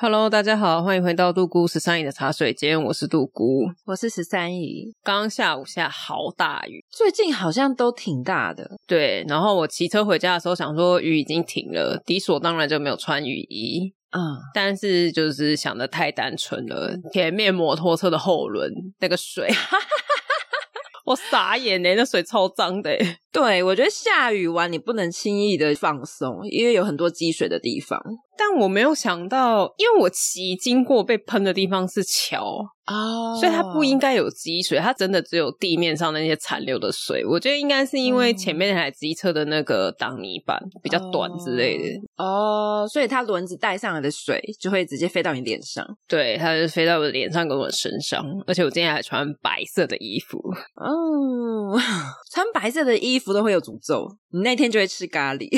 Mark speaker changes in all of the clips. Speaker 1: Hello，大家好，欢迎回到杜姑十三姨的茶水间，我是杜姑。
Speaker 2: 我是十三姨，
Speaker 1: 刚下午下好大雨，
Speaker 2: 最近好像都挺大的，
Speaker 1: 对，然后我骑车回家的时候想说雨已经停了，理所当然就没有穿雨衣，
Speaker 2: 嗯，
Speaker 1: 但是就是想的太单纯了，前面摩托车的后轮那个水， 我傻眼欸呢、那水超脏的、欸，
Speaker 2: 对，我觉得下雨完你不能轻易的放松，因为有很多积水的地方
Speaker 1: 但我没有想到，因为我骑经过被喷的地方是桥，
Speaker 2: 哦
Speaker 1: 所以它不应该有积水，它真的只有地面上那些残留的水。我觉得应该是因为前面那台机车的那个挡泥板比较短之类的，
Speaker 2: 哦，所以它轮子带上来的水就会直接飞到你脸上，
Speaker 1: 对，它就飞到我的脸上跟我的身上。而且我今天还穿白色的衣服，
Speaker 2: 哦， 穿白色的衣服都会有诅咒，你那天就会吃咖喱，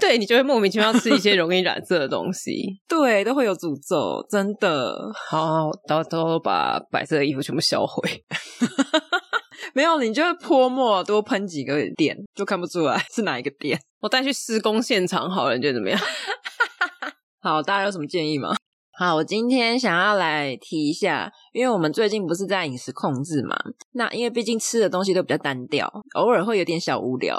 Speaker 1: 对你就会莫名其妙吃一些容易染色的东西。
Speaker 2: 对，都会有诅咒，真的
Speaker 1: 好好，我到时候把白色的衣服全部销毁。
Speaker 2: 没有，你就会泼墨多喷几个点，就看不出来是哪一个点。
Speaker 1: 我带去施工现场好了，你觉得怎么样？
Speaker 2: 好，大家有什么建议吗？好，我今天想要来提一下，因为我们最近不是在饮食控制嘛，那因为毕竟吃的东西都比较单调，偶尔会有点小无聊，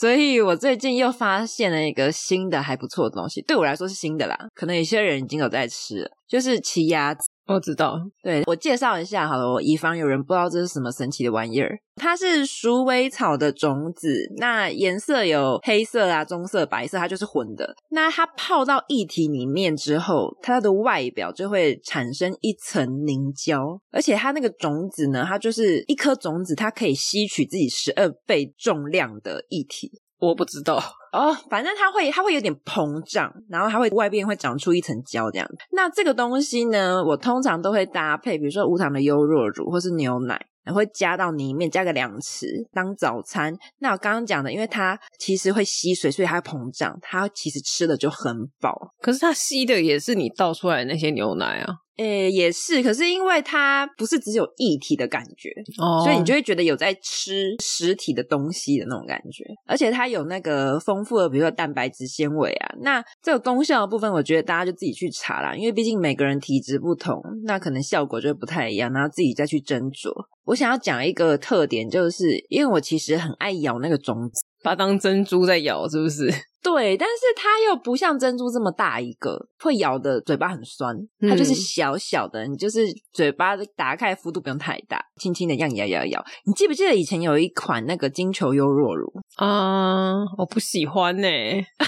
Speaker 2: 所以我最近又发现了一个新的还不错的东西，对我来说是新的啦，可能有些人已经有在吃了，就是奇鸭子。
Speaker 1: 我知道，
Speaker 2: 对我介绍一下好了，我以防有人不知道这是什么神奇的玩意儿。它是鼠尾草的种子，那颜色有黑色啊、棕色、白色，它就是混的。那它泡到液体里面之后，它的外表就会产生一层凝胶，而且它那个种子呢，它就是一颗种子，它可以吸取自己十二倍重量的液体。
Speaker 1: 我不知道。
Speaker 2: 哦，反正它会它会有点膨胀，然后它会外边会长出一层胶这样。那这个东西呢，我通常都会搭配，比如说无糖的优酪乳或是牛奶。然后会加到里面，加个两匙当早餐。那我刚刚讲的，因为它其实会吸水，所以它膨胀，它其实吃了就很饱。
Speaker 1: 可是它吸的也是你倒出来的那些牛奶啊，
Speaker 2: 诶，也是，可是因为它不是只有液体的感觉，
Speaker 1: 哦
Speaker 2: 所以你就会觉得有在吃实体的东西的那种感觉，而且它有那个丰富的，比如说蛋白质、纤维啊。那这个功效的部分，我觉得大家就自己去查啦，因为毕竟每个人体质不同，那可能效果就会不太一样，然后自己再去斟酌。我想要讲一个特点，就是因为我其实很爱咬那个种子。
Speaker 1: 把它当珍珠在咬，是不是？
Speaker 2: 对，但是它又不像珍珠这么大一个，会咬的嘴巴很酸，它就是
Speaker 1: 嗯
Speaker 2: 小小的，你就是嘴巴打开幅度不用太大，轻轻的这样咬咬咬。你记不记得以前有一款那个金球优酪乳？
Speaker 1: 啊、我不喜欢欸呢、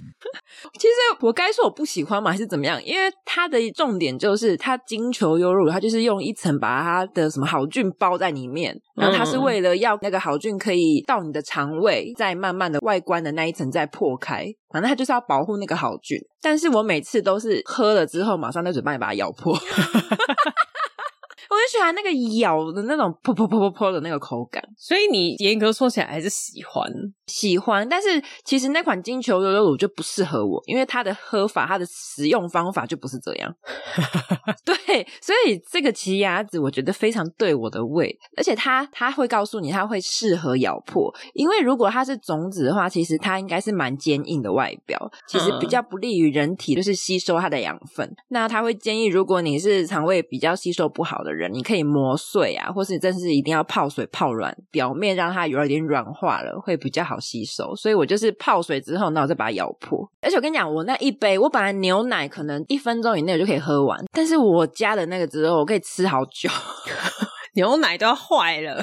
Speaker 2: 其实我该说我不喜欢嘛，还是怎么样？因为它的重点就是它金球优酪乳，它就是用一层把它的什么好菌包在里面，然后它是为了要那个好菌可以到你的肠胃，再慢慢的外观的那一层再破开。反正它就是要保护那个好菌，但是我每次都是喝了之后，马上在嘴巴里把它咬破。我 很喜欢那个咬的那种噗噗噗噗噗的那个口感，
Speaker 1: 所以你严格说起来还是喜欢
Speaker 2: 喜欢，但是其实那款金球优酪乳就不适合我，因为它的喝法、它的食用方法就不是这样。 对，所以这个奇亚籽我觉得非常对我的胃，而且它它会告诉你它会适合咬破，因为如果它是种子的话，其实它应该是蛮坚硬的外表，其实比较不利于人体就是吸收它的养分。那他会建议，如果你是肠胃比较吸收不好的人，你可以磨碎啊，或是真是一定要泡水泡软，表面让它有点软化了，会比较好吸收。所以我就是泡水之后，那我再把它咬破。而且我跟你讲，我那一杯，我本来牛奶可能一分钟以内我就可以喝完，但是我加了那个之后，我可以吃好久。
Speaker 1: 牛奶都要坏了，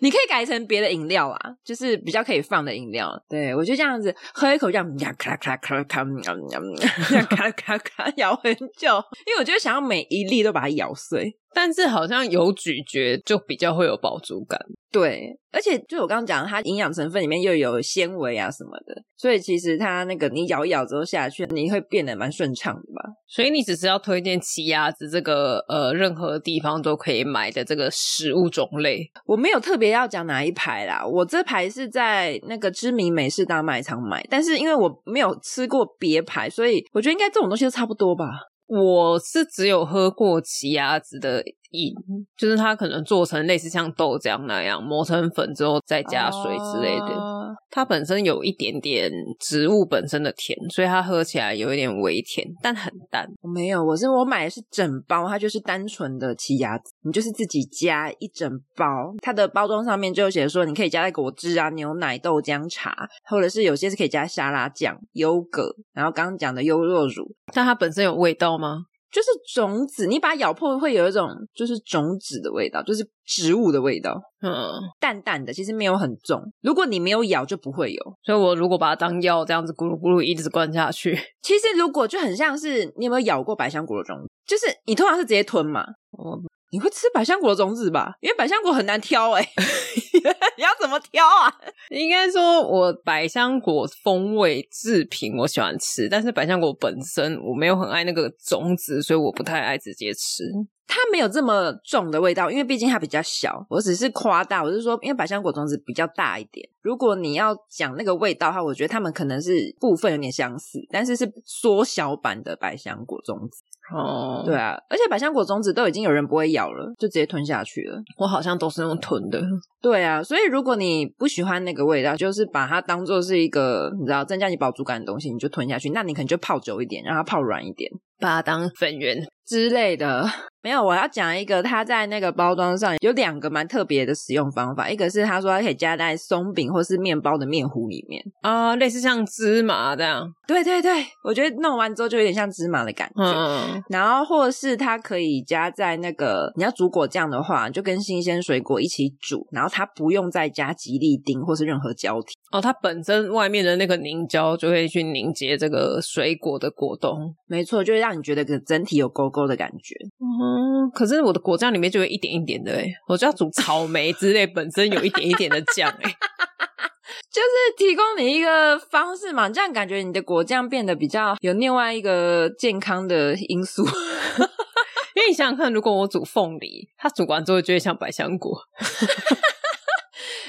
Speaker 2: 你可以改成别的饮料啊，就是比较可以放的饮料。对我就这样子喝一口，这样呀咔啦咔啦咔啦咔啦，嗯嗯嗯这样咔啦咔啦咔啦咬很久，因为我就想要每一粒都把它咬碎。
Speaker 1: 但是好像有咀嚼就比较会有饱足感。
Speaker 2: 对，而且就我刚刚讲，它营养成分里面又有纤维啊什么的，所以其实它那个你咬一咬之后下去，你会变得蛮顺畅的吧？
Speaker 1: 所以你只是要推荐奇亚子这个呃任何地方都可以买的这个食物种类。
Speaker 2: 我没有特别要讲哪一排啦，我这排是在那个知名美式大卖场买，但是因为我没有吃过别排，所以我觉得应该这种东西都差不多吧。
Speaker 1: 我是只有喝过奇亚子的饮，就是它可能做成类似像豆浆那样磨成粉之后再加水之类的。
Speaker 2: 啊
Speaker 1: 它本身有一点点植物本身的甜，所以它喝起来有一点微甜，但很淡。
Speaker 2: 我没有，我是我买的是整包，它就是单纯的奇亚籽，你就是自己加一整包。它的包装上面就有写说，你可以加在果汁啊、牛奶、豆浆、茶，或者是有些是可以加沙拉酱、优格，然后刚刚讲的优酪乳，
Speaker 1: 但它本身有味道吗？
Speaker 2: 就是种子。你把它咬破，会有一种就是种子的味道，就是植物的味道，
Speaker 1: 嗯，
Speaker 2: 淡淡的，其实没有很重。如果你没有咬，就不会有。
Speaker 1: 所以我如果把它当药这样子咕噜咕噜一直灌下去，
Speaker 2: 其实如果就很像是你有没有咬过百香果的种子，就是你通常是直接吞嘛，
Speaker 1: 我
Speaker 2: 你会吃百香果的种子吧？因为百香果很难挑哎、 你要怎么挑啊？
Speaker 1: 应该说，我百香果风味制品我喜欢吃，但是百香果本身我没有很爱那个种子，所以我不太爱直接吃。
Speaker 2: 它没有这么重的味道，因为毕竟它比较小。我只是夸大，我是说，因为百香果种子比较大一点。如果你要讲那个味道的话，我觉得它们可能是部分有点相似，但是是缩小版的百香果种子。
Speaker 1: 哦
Speaker 2: 对
Speaker 1: 对
Speaker 2: 啊，而且百香果种子都已经有人不会咬了，就直接吞下去了。
Speaker 1: 我好像都是用吞的。
Speaker 2: 对啊，所以如果你不喜欢那个味道，就是把它当做是一个你知道增加你饱足感的东西，你就吞下去。那你可能就泡久一点，让它泡软一点
Speaker 1: 把它当粉圆，
Speaker 2: 之类的。没有，我要讲一个，它在那个包装上有两个蛮特别的使用方法，一个是他说它可以加在松饼或是面包的面糊里面。
Speaker 1: 啊、类似像芝麻这样，
Speaker 2: 对对对，我觉得弄完之后就有点像芝麻的感觉。
Speaker 1: 嗯，
Speaker 2: 然后或是它可以加在那个你要煮果酱的话，就跟新鲜水果一起煮，然后它不用再加吉利丁或是任何胶体。
Speaker 1: 哦，它本身外面的那个凝胶就会去凝结这个水果的果冻，
Speaker 2: 没错，就是让你觉得个整体有勾勾的感觉。
Speaker 1: 嗯，可是我的果酱里面就有一点一点的、欸，我就要煮草莓之类，本身有一点一点的酱、欸，
Speaker 2: 就是提供你一个方式嘛，这样感觉你的果酱变得比较有另外一个健康的因素。
Speaker 1: 因为你想想看，如果我煮凤梨，它煮完之后就会像百香果。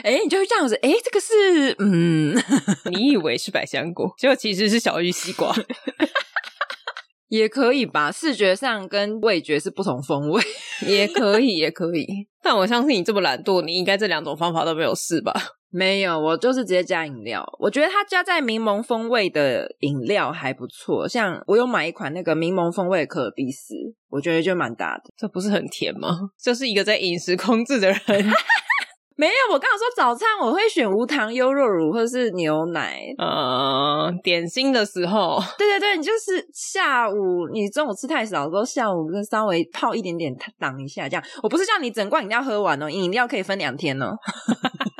Speaker 2: 哎，你就会这样子，哎，这个是嗯，
Speaker 1: 你以为是百香果，结果其实是小玉西瓜。
Speaker 2: 也可以吧，视觉上跟味觉是不同风味。
Speaker 1: 也可以，也可以。但我相信你这么懒惰，你应该这两种方法都没有试吧？
Speaker 2: 没有，我就是直接加饮料。我觉得它加在柠檬风味的饮料还不错，像我有买一款那个柠檬风味的可尔必斯，我觉得就蛮搭的。
Speaker 1: 这不是很甜吗？ 就是一个在饮食控制的人，
Speaker 2: 没有，我刚刚说早餐我会选无糖优酪乳或是牛奶，
Speaker 1: 呃，点心的时候，
Speaker 2: 对对对，你就是下午你中午吃太少的时候，下午跟稍微泡一点点挡一下，这样。我不是叫你整罐饮料喝完哦，饮料可以分两天哦。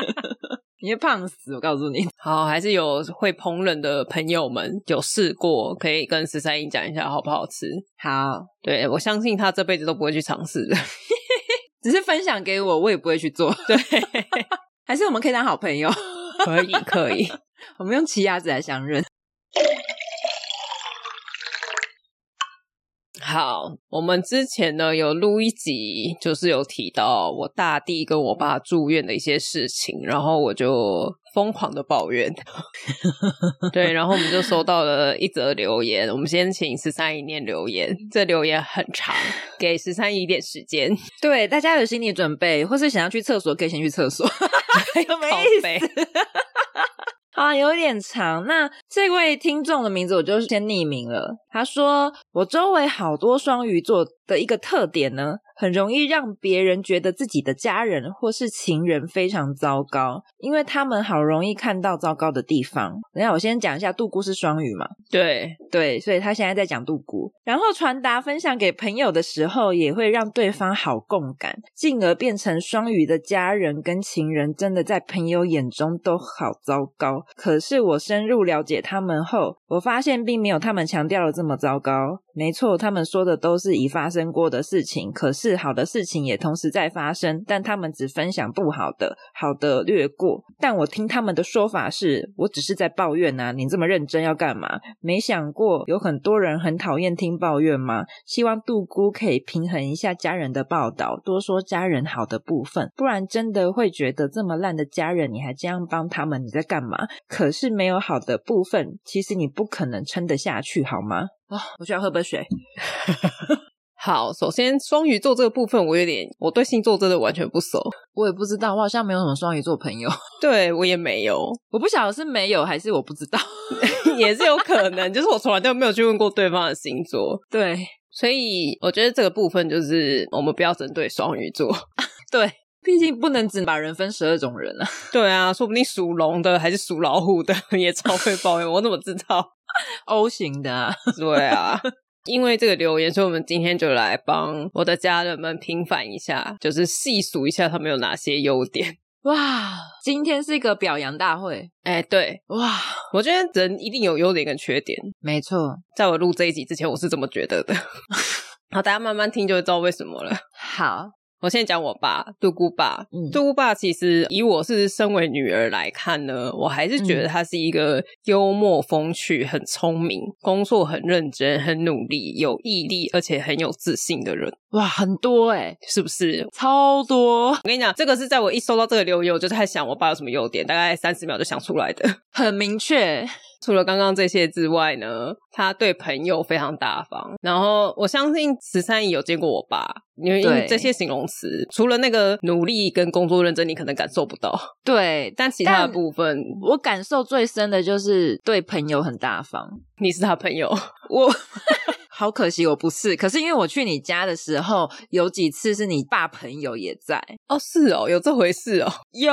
Speaker 2: 你会胖死，我告诉你。
Speaker 1: 好，还是有会烹饪的朋友们有试过，可以跟十三姨讲一下好不好吃。
Speaker 2: 好，
Speaker 1: 对我相信他这辈子都不会去尝试的。
Speaker 2: 只是分享给我，我也不会去做。
Speaker 1: 对，
Speaker 2: 还是我们可以当好朋 友，
Speaker 1: 可以，可以。
Speaker 2: 我们用奇亚籽来相认。
Speaker 1: 好，我们之前呢有录一集，就是有提到我大弟跟我爸住院的一些事情，然后我就疯狂的抱 怨。对，然后我们就收到了一则留言，我们先请十三姨念留言，这留言很长，给十三姨一点时间。
Speaker 2: 对，大家有心理准备，或是想要去厕所，可以先去厕所。 有没有意
Speaker 1: 靠背
Speaker 2: 思？啊，有点长。那这位听众的名字我就先匿名了。他说：“我周围好多双鱼座的一个特点呢，很容易让别人觉得自己的家人或是情人非常糟糕，因为他们好容易看到糟糕的地方。等一下我先讲一下，杜姑是双语嘛？
Speaker 1: 对，
Speaker 2: 对，所以他现在在讲杜姑，然后传达分享给朋友的时候，也会让对方好共感，进而变成双鱼的家人跟情人真的在朋友眼中都好糟糕。可是我深入了解他们后，我发现并没有他们强调的这么糟糕。没错，他们说的都是已发生过的事情，可是好的事情也同时在发生，但他们只分享不好的，好的略过。但我听他们的说法是，我只是在抱怨啊，你这么认真要干嘛？没想过有很多人很讨厌听抱怨吗？希望杜姑可以平衡一下家人的报道，多说家人好的部分，不然真的会觉得这么烂的家人，你还这样帮他们，你在干嘛？可是没有好的部分，其实你不可能撑得下去，好吗？啊、我需要喝杯水。
Speaker 1: 好，首先双鱼座这个部分，我有点，我对星座真的完全不熟，
Speaker 2: 我也不知道，我好像没有什么双鱼座朋友，
Speaker 1: 对我也没有，
Speaker 2: 我不晓得是没有还是我不知道。
Speaker 1: 也是有可能，就是我从来都没有去问过对方的星座，
Speaker 2: 对
Speaker 1: 所以我觉得这个部分就是我们不要针对双鱼座。
Speaker 2: 对，毕竟不能只把人分十二种人啊。
Speaker 1: 对啊，说不定属龙的还是属老虎的也超会抱怨，我怎么知道？
Speaker 2: O 型的、啊，
Speaker 1: 对啊，因为这个留言，所以我们今天就来帮我的家人们平反一下，就是细数一下他们有哪些优点。
Speaker 2: 哇！今天是一个表扬大会，
Speaker 1: 哎，对
Speaker 2: 哇，
Speaker 1: 我觉得人一定有优点跟缺点，
Speaker 2: 没错。
Speaker 1: 在我录这一集之前，我是这么觉得的。 好，大家慢慢听就会知道为什么了。
Speaker 2: 好，
Speaker 1: 我先讲我爸杜姑爸，
Speaker 2: 嗯
Speaker 1: 杜姑爸其实以我是身为女儿来看呢，我还是觉得他是一个幽默风趣、很聪明、工作很认真、很努力、有毅力，而且很有自信的人，
Speaker 2: 哇，很多哎、
Speaker 1: 是不是？
Speaker 2: 超多，
Speaker 1: 我跟你讲，这个是在我一收到这个留言，我就在想我爸有什么优点，大概三十秒就想出来 的。
Speaker 2: 很明确。
Speaker 1: 除了刚刚这些之外呢，他对朋友非常大方。然后我相信十三姨有见过我爸，因为因为
Speaker 2: 对
Speaker 1: 这些形容词，除了那个努力跟工作认真，你可能感受不 到，
Speaker 2: 对，但
Speaker 1: 但其他的
Speaker 2: 但
Speaker 1: 部分，
Speaker 2: 我感受最深的就是对朋友很大方。
Speaker 1: 你是他朋友，
Speaker 2: 我 好可惜我不是，可是因为我去你家的时候，有几次是你爸朋友也在，
Speaker 1: 哦，是哦，有这回事哦，
Speaker 2: 有，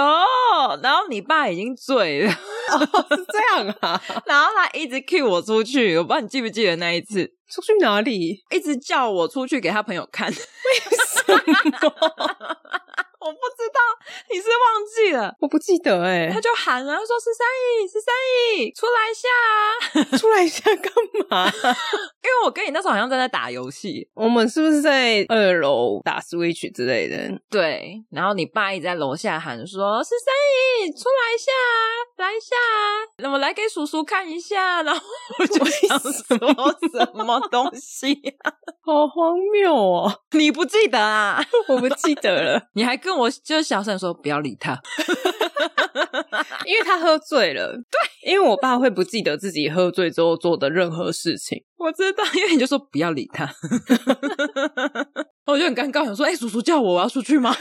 Speaker 2: 然后你爸已经醉 了，
Speaker 1: 是这样啊，
Speaker 2: 然后他一直 cue 我出去，我不知道你记不记得那一次。
Speaker 1: 出去哪里？
Speaker 2: 一直叫我出去给他朋友看， 我不知道你是忘记了，
Speaker 1: 我不记得哎、
Speaker 2: 他就喊了，他说十三姨，十三姨，出来一下啊！
Speaker 1: 出来一下干嘛？
Speaker 2: 因为我跟你那时候好像正在打游戏，
Speaker 1: 我们是不是在二楼打 Switch 之类的？
Speaker 2: 对，然后你爸一直在楼下喊说十三姨，出来一下啊，来一下啊，那么来给叔叔看一下，然后我就想说什么东西啊、
Speaker 1: 好荒谬 哦！
Speaker 2: 你不记得啊？
Speaker 1: 我不记得了。
Speaker 2: 你还跟我就是小声说不要理他，
Speaker 1: 因为他喝醉了。对，因为我爸会不记得自己喝醉之后做的任何事情。
Speaker 2: 我知道，因为你就说不要理他， 我就很尴尬，想说：“哎、叔叔叫我，我要出去吗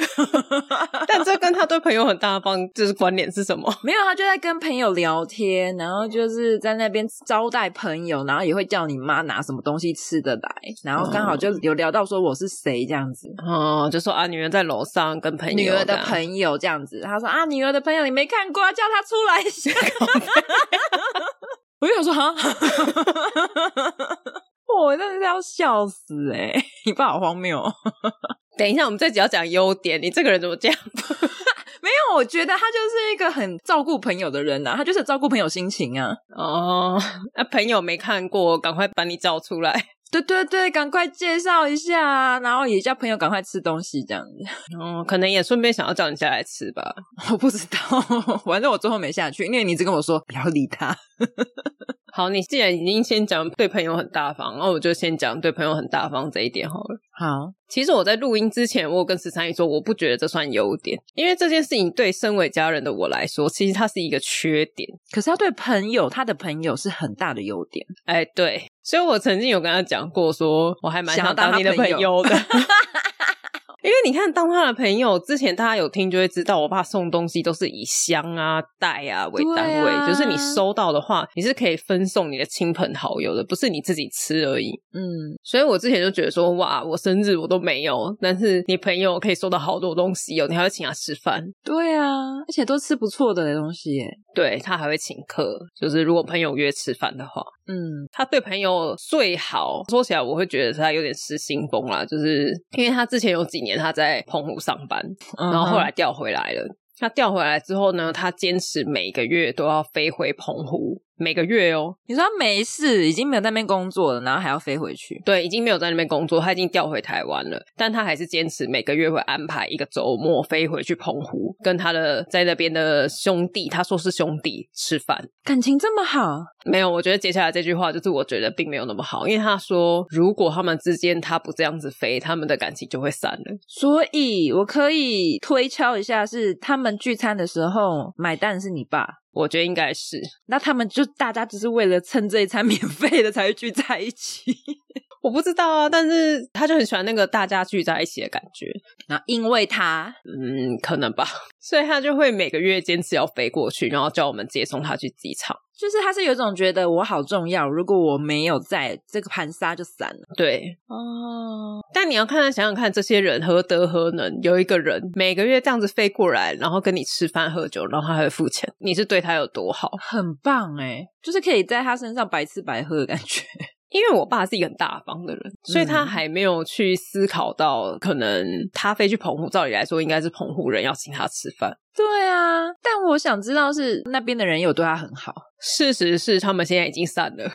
Speaker 1: 但这跟他对朋友很大方， 就是关联是什么？？”
Speaker 2: 没有，他啊就在跟朋友聊天，然后就是在那边招待朋友，然后也会叫你妈拿什么东西吃的来，然后刚好就有聊到说我是谁这样子，
Speaker 1: 哦，就说啊，女儿在楼上跟朋友，
Speaker 2: 女儿的朋友这样子。他说：“啊，女儿的朋友你没看过，叫她出来 一下。”我就想说：“哈， 我真的是要笑死哎、你爸好荒谬、哦。”
Speaker 1: 等一下，我们这集要讲优点，你这个人怎么这样？
Speaker 2: 没有，我觉得他就是一个很照顾朋友的人呐、啊，他就是照顾朋友心情啊。
Speaker 1: 哦， 那、朋友没看过，赶快把你找出来。
Speaker 2: 对对对，赶快介绍一下啊，然后也叫朋友赶快吃东西这样子。
Speaker 1: 哦，可能也顺便想要叫你下来吃吧。
Speaker 2: 我不知道， 反正我最后没下去，因为你一直跟我说不要理他。
Speaker 1: 好，你既然已经先讲对朋友很大方，那我就先讲对朋友很大方这一点好了。
Speaker 2: 好，
Speaker 1: 其实我在录音之前，我有跟十三姨说，我不觉得这算优点，因为这件事情对身为家人的我来说，其实它是一个缺点。
Speaker 2: 可是他对朋友，他的朋友是很大的优点。
Speaker 1: 哎，对，所以我曾经有跟他讲过说，我还蛮
Speaker 2: 想要
Speaker 1: 当
Speaker 2: 当
Speaker 1: 你的
Speaker 2: 他朋
Speaker 1: 友的。因为你看，当他的朋友之前，大家有听就会知道，我爸送东西都是以箱啊、袋啊为单位，
Speaker 2: 对啊
Speaker 1: 就是你收到的话，你是可以分送你的亲朋好友的，不是你自己吃而已。
Speaker 2: 嗯，
Speaker 1: 所以我之前就觉得说，哇，我生日我都没有，但是你朋友可以收到好多东西哦，你还会请他吃饭，
Speaker 2: 对啊，而且都吃不错的东西耶。
Speaker 1: 对他还会请客，就是如果朋友约吃饭的话，
Speaker 2: 嗯，
Speaker 1: 他对朋友最好。说起来，我会觉得他有点失心疯啦，就是因为他之前有几年他在澎湖上班，
Speaker 2: 然
Speaker 1: 然后后来调回来了。他调回来之后呢，他坚持每个月都要飞回澎湖，每个月哦，
Speaker 2: 你说他没事，已经没有在那边工作了，然后还要飞回去。
Speaker 1: 对，已经没有在那边工作，他已经调回台湾了，但他还是坚持每个月会安排一个周末飞回去澎湖，跟他的在那边的兄弟，他说是兄弟吃饭。
Speaker 2: 感情这么好，
Speaker 1: 没有，我觉得接下来这句话就是我觉得并没有那么好，因为他说如果他们之间他不这样子飞，他们的感情就会散了。
Speaker 2: 所以我可以推敲一下，是他们聚餐的时候买单是你爸，
Speaker 1: 我觉得应该是，
Speaker 2: 那他们就大家只是为了趁这一餐免费的才会聚在一起，
Speaker 1: 我不知道啊，但是他就很喜欢那个大家聚在一起的感觉，
Speaker 2: 然后因为他，
Speaker 1: 嗯，可能吧， 所以他就会每个月坚持要飞过去，然后叫我们接送他去机场。
Speaker 2: 就是他是有一种觉得我好重要，如果我没有在，这个盘沙就散了。
Speaker 1: 对，
Speaker 2: 哦，
Speaker 1: 但你要看想想看，这些人何德何能？有一个人每个月这样子飞过来，然后跟你吃饭喝酒，然后他还会付钱，你是对他有多好？
Speaker 2: 很棒哎，就是可以在他身上白吃白喝的感觉。
Speaker 1: 因为我爸是一个很大方的人，所以他还没有去思考到，可能他飞去澎湖，照理来说应该是澎湖人要请他吃饭。
Speaker 2: 对啊，但我想知道是那边的人有对他很好，
Speaker 1: 事实是，他们现在已经散了。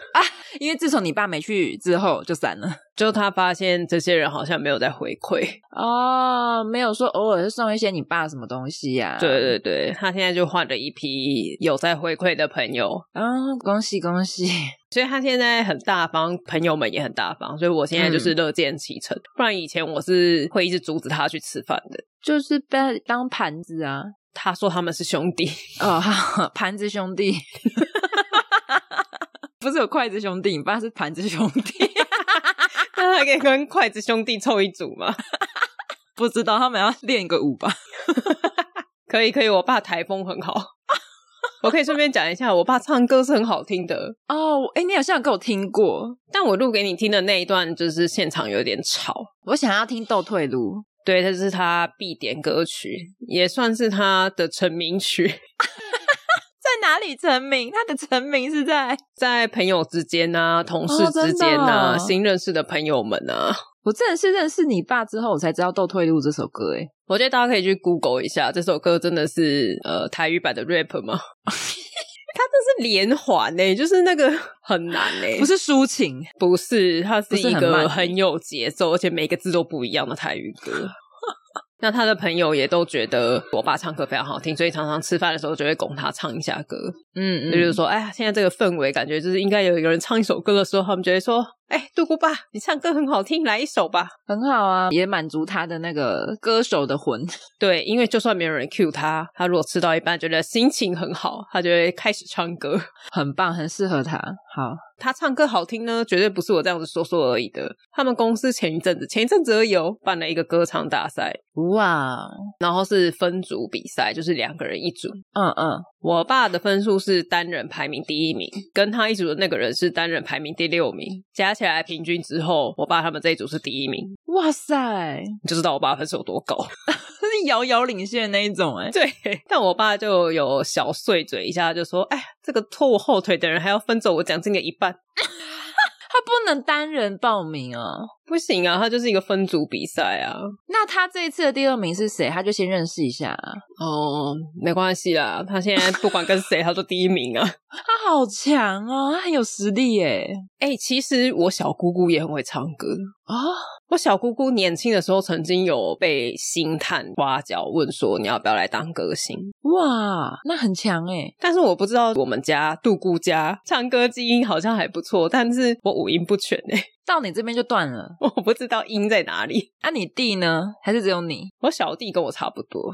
Speaker 2: 因为自从你爸没去之后就散了。
Speaker 1: 就他发现这些人好像没有在回馈，
Speaker 2: 哦，没有说偶尔送一些你爸什么东西呀、
Speaker 1: 对对对，他现在就换了一批有在回馈的朋友，
Speaker 2: 啊，恭喜恭喜！
Speaker 1: 所以他现在很大方，朋友们也很大方，所以我现在就是乐见其成。不然以前我是会一直阻止他去吃饭的。
Speaker 2: 就是被当盘子啊，
Speaker 1: 他说他们是兄弟，
Speaker 2: 哦， 好盘子兄弟， 不是有筷子兄弟，你爸是盘子兄弟，
Speaker 1: 那他可以跟筷子兄弟凑一组吗？
Speaker 2: 不知道他们要练一个舞吧？
Speaker 1: 可以可以，我爸台风很好。 我可以顺便讲一下，我爸唱歌是很好听的，
Speaker 2: 哦，哎，你好像有给我听过，
Speaker 1: 但我录给你听的那一段就是现场有点吵。
Speaker 2: 我想要听斗退路，
Speaker 1: 对，这是他必点歌曲，也算是他的成名曲，
Speaker 2: 在哪里成名？他的成名是在
Speaker 1: 在朋友之间啊、同事
Speaker 2: 哦真的
Speaker 1: 之间啊、
Speaker 2: 哦
Speaker 1: 新认识的朋友们啊，
Speaker 2: 我真的是认识你爸之后，我才知道《斗退路》这首歌，哎，
Speaker 1: 我觉得大家可以去 Google 一下，这首歌真的是呃台语版的 rap 吗？ 它这是连环呢、就是那个很难欸呢、
Speaker 2: 不是抒情，
Speaker 1: 不是，它是
Speaker 2: 不是
Speaker 1: 一
Speaker 2: 很
Speaker 1: 个
Speaker 2: 慢
Speaker 1: 很有节奏，而且每个字都不一样的台语歌。 那他的朋友也都觉得我爸唱歌非常好听，所以常常吃饭的时候就会拱他唱一下歌。
Speaker 2: 嗯
Speaker 1: 就，是说，哎呀，现在这个氛围感觉就是应该有一个人唱一首歌的时候，他们就会说，哎，杜姑爸，你唱歌很好听，来一首吧。
Speaker 2: 很好啊，也满足他的那个歌手的魂。
Speaker 1: 对，因为就算没有人 cue 他，他如果吃到一半觉得心情很好，他就会开始唱歌。
Speaker 2: 很棒，很适合他。好，
Speaker 1: 他唱歌好听呢，绝对不是我这样子说说而已的。他们公司前一阵子，前一阵子而已哦，办了一个歌唱大赛，
Speaker 2: 哇，哦
Speaker 1: 然后是分组比赛，就是两个人一组。
Speaker 2: 嗯嗯，
Speaker 1: 我爸的分数是单人排名第一名，跟他一组的那个人是单人排名第六名，加起来平均之后，我爸他们这一组是第一名，
Speaker 2: 哇塞，
Speaker 1: 你就知道我爸分数有多高。
Speaker 2: 他是遥遥领先的那一种哎、
Speaker 1: 对，但我爸就有小碎嘴一下，就说：“哎，这个拖我后腿的人还要分走我奖金的一半，
Speaker 2: 他不能单人报名哦。
Speaker 1: 不行啊！他就是一个分组比赛啊。”
Speaker 2: 那他这一次的第二名是谁？他就先认识一下、啊，
Speaker 1: 哦，没关系啦，他现在不管跟谁，他都第一名啊。
Speaker 2: 他好强哦，他很有实力哎。
Speaker 1: 哎、其实我小姑姑也很会唱歌。
Speaker 2: 哦，
Speaker 1: 我小姑姑年轻的时候，曾经有被星探挖角，问说你要不要来当歌星。
Speaker 2: 哇，那很强哎。
Speaker 1: 但是我不知道我们家杜姑家唱歌基因好像还不错，但是我五音不全哎、
Speaker 2: 到你这边就断了。
Speaker 1: 我不知道音在哪里。
Speaker 2: 那、你弟呢？还是只有你？
Speaker 1: 我小弟跟我差不多，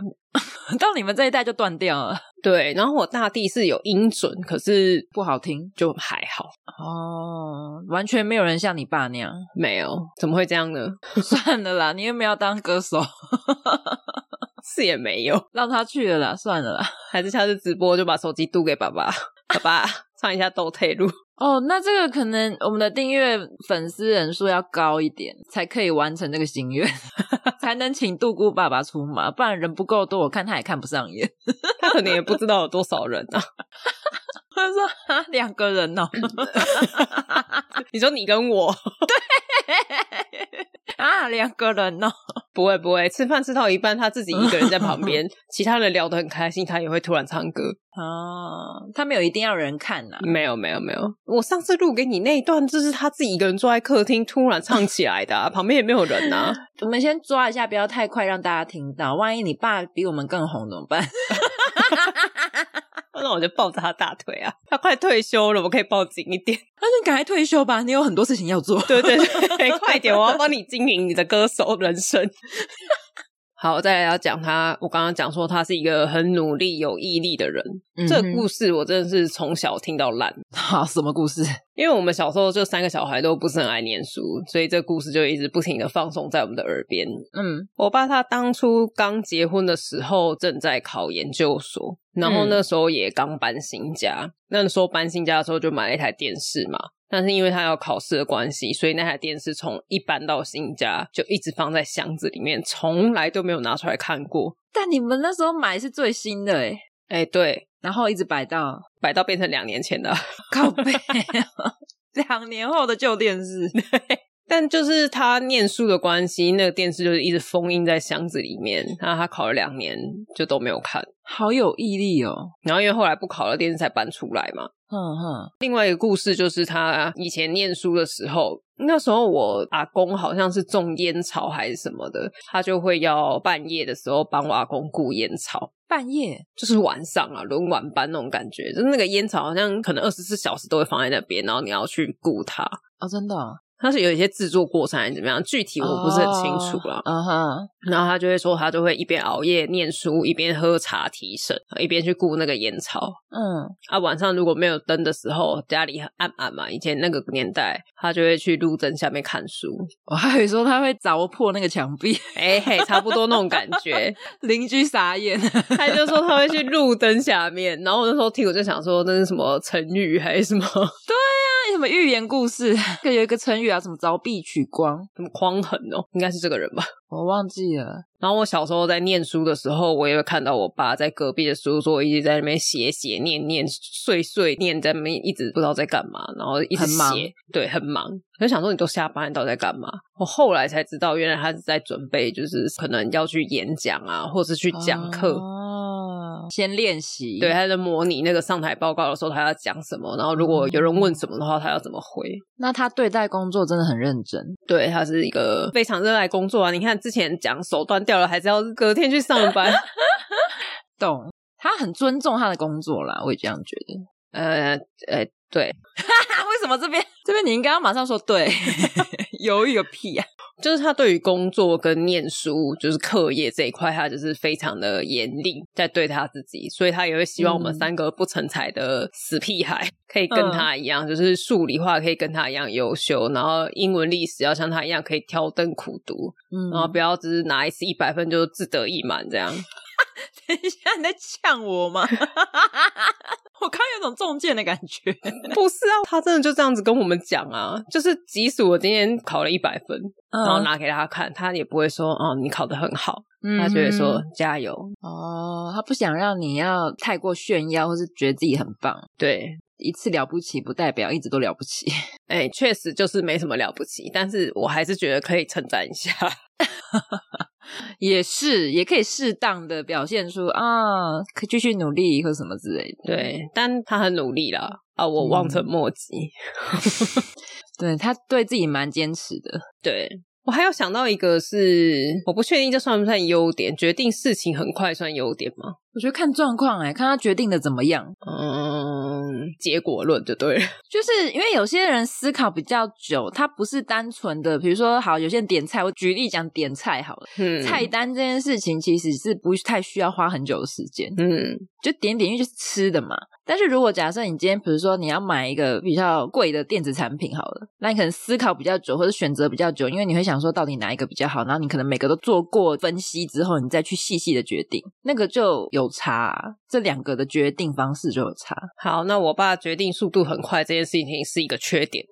Speaker 2: 到你们这一代就断掉了，
Speaker 1: 对。然后我大弟是有音准，可是
Speaker 2: 不好听
Speaker 1: 就还好，
Speaker 2: 哦。完全没有人像你爸那样。
Speaker 1: 没有，怎么会这样呢？
Speaker 2: 算了啦，你又没有当歌手，
Speaker 1: 是也没有，
Speaker 2: 让他去了啦，算了啦。
Speaker 1: 还是下次直播就把手机渡给爸爸，爸爸唱一下《斗退路》。
Speaker 2: 哦，那这个可能我们的订阅粉丝人数要高一点，才可以完成这个心愿， 才能请杜姑爸爸出马，不然人不够多，我看他也看不上眼。
Speaker 1: 他可能也不知道有多少人啊。
Speaker 2: 他说：“啊，两个人哦，
Speaker 1: 你说你跟我，
Speaker 2: 啊，两个人哦，
Speaker 1: 不会不会，吃饭吃到一半，他自己一个人在旁边， 其他人聊得很开心，他也会突然唱歌。
Speaker 2: 啊，他没有一定要有人看呐、
Speaker 1: 没有没有没有，我上次录给你那一段，就是他自己一个人坐在客厅突然唱起来的啊、旁边也没有人啊。
Speaker 2: 我们先抓一下，不要太快让大家听到，万一你爸比我们更红怎么办？
Speaker 1: 那我就抱着他大腿啊，他快退休了，我可以抱紧一点。
Speaker 2: 那你赶快退休吧，你有很多事情要做。
Speaker 1: 对对 对，快点，我要帮你经营你的歌手人 生。好，再来要讲他，我刚刚讲说他是一个很努力、有毅力的人。这个
Speaker 2: 故
Speaker 1: 故事我真的是从小听到 烂，
Speaker 2: 好嗯啊什么故事？
Speaker 1: 因为我们小时候就三个小孩都不是很爱念书，所以这故事就一直不停的放送在我们的耳边。
Speaker 2: 嗯
Speaker 1: 我爸他当初刚结婚的时候正在考研究所，然
Speaker 2: 嗯
Speaker 1: 后那时候也刚搬新家。那时候搬新家的时候就买了一台电视嘛，但是因为他要考试的关系，所以那台电视从一搬到新家就一直放在箱子里面，从来都没有拿出来看过。
Speaker 2: 但你们那时候买是最新的诶
Speaker 1: 哎，对，
Speaker 2: 然后一直摆到
Speaker 1: 摆到变成两年前的，
Speaker 2: 靠背，哦两年后的旧电视。
Speaker 1: 但就是他念书的关系，那个电视就是一直封印在箱子里面。那他考了两年就都没有看，
Speaker 2: 好有毅力哦。
Speaker 1: 然后因为后来不考了，电视才搬出来嘛。
Speaker 2: 哼哼，
Speaker 1: 另外一个故事就是他以前念书的时候，那时候我阿公好像是种烟草还是什么的，他就会要半夜的时候帮我阿公顾烟草。
Speaker 2: 半夜
Speaker 1: 就是晚上啊，轮晚班那种感觉，就是那个烟草好像可能二十四小时都会放在那边，然后你要去顾它。
Speaker 2: 哦，真的、哦，
Speaker 1: 它是有一些制作过程还是怎么样，具体我不是很清楚啦。
Speaker 2: 嗯哼，
Speaker 1: 然后他就会说，他就会一边熬夜念书，一边喝茶提神，一边去顾那个烟草。
Speaker 2: 嗯，
Speaker 1: 啊，晚上如果没有灯的时候，家里很暗暗嘛，以前那个年代，他就会去路灯下面看书，
Speaker 2: 我还以为说他会凿破那个墙壁，
Speaker 1: 哎、嘿，差不多那种感觉。
Speaker 2: 邻居傻眼。
Speaker 1: 他就说他会去路灯下面，然后我那时候听我就想说那是什么成语还是什么 什
Speaker 2: 那什么寓言故事， 有一个成语啊，什么凿壁取光，
Speaker 1: 么匡衡哦，应该是这个人吧。
Speaker 2: 我忘记了。
Speaker 1: 然后我小时候在念书的时候，我也会看到我爸在隔壁的书桌一直在那边写写念念碎碎念，在那边一直不知道在干嘛，然后一直
Speaker 2: 很忙
Speaker 1: 写，对，很忙。我就想说你都下班，你到底在干嘛？我后来才知道，原来他是在准备，就是可能要去演讲啊，或是去讲课。
Speaker 2: 哦，先练习。
Speaker 1: 对，，他在模拟那个上台报告的时候，他要讲什么，然后如果有人
Speaker 2: 哦
Speaker 1: 问什么的话，他要怎么回。
Speaker 2: 那他对待工作真的很认真。
Speaker 1: 对他是一个非常热爱工作啊！你看之前讲手断掉了，还是要隔天去上 班。
Speaker 2: 懂，他很尊重他的工作啦，我也这样觉得。
Speaker 1: 呃呃，对，
Speaker 2: 啊，为什么这边这边你应该要马上说 对，犹豫个屁啊！
Speaker 1: 就是他对于工作跟念书，就是课业这一块，他就是非常的严厉，在对他自己，所以他也会希望我们
Speaker 2: 嗯
Speaker 1: 三个不成才的死屁孩， 可以跟
Speaker 2: 嗯
Speaker 1: 他一样，就是数理化可以跟他一样优秀，然后英文历史要像他一样可以挑灯苦读，
Speaker 2: 嗯
Speaker 1: 然后不要只是拿一次一百分就自得意满这样。
Speaker 2: 等一下，你在呛我吗？ 我刚有种中箭的感 觉。
Speaker 1: 不是啊，他真的就这样子跟我们讲啊，就是即使我今天考了一百分，然后拿给他看，他也不会说哦你考得很好，
Speaker 2: 嗯
Speaker 1: 他就会说、加油，
Speaker 2: 哦，他不想让你要太过炫耀，或是觉得自己很棒。
Speaker 1: 对。
Speaker 2: 一次了不起，不代表一直都了不起。
Speaker 1: 哎、确实就是没什么了不起，但是我还是觉得可以称赞一下。
Speaker 2: 也是，也可以适当的表现出啊，可以继续努力或什么之类的。
Speaker 1: 对，但他很努力啦，啊，我望尘莫及。
Speaker 2: 对，他对自己蛮坚持的。
Speaker 1: 对我还有想到一个是，我不确定这算不算优点，决定事情很快算优点吗？
Speaker 2: 欸我觉得看状况哎、看他决定的怎么样。
Speaker 1: 嗯，结果论，就对了。
Speaker 2: 就是因为有些人思考比较久，他不是单纯的，比如说好，有些人点菜，我举例讲点菜好了，
Speaker 1: 嗯
Speaker 2: 菜单这件事情其实是不太需要花很久的时间，
Speaker 1: 嗯
Speaker 2: 就点点，因为就是吃的嘛。但是如果假设你今天，比如说你要买一个比较贵的电子产品好了，那你可能思考比较久，或者选择比较久，因为你会想说到底哪一个比较好，然后你可能每个都做过分析之后，你再去细细的决定，那个就有差啊、这两个的决定方式就有差。
Speaker 1: 好，那我爸决定速度很快这件事情是一个缺点。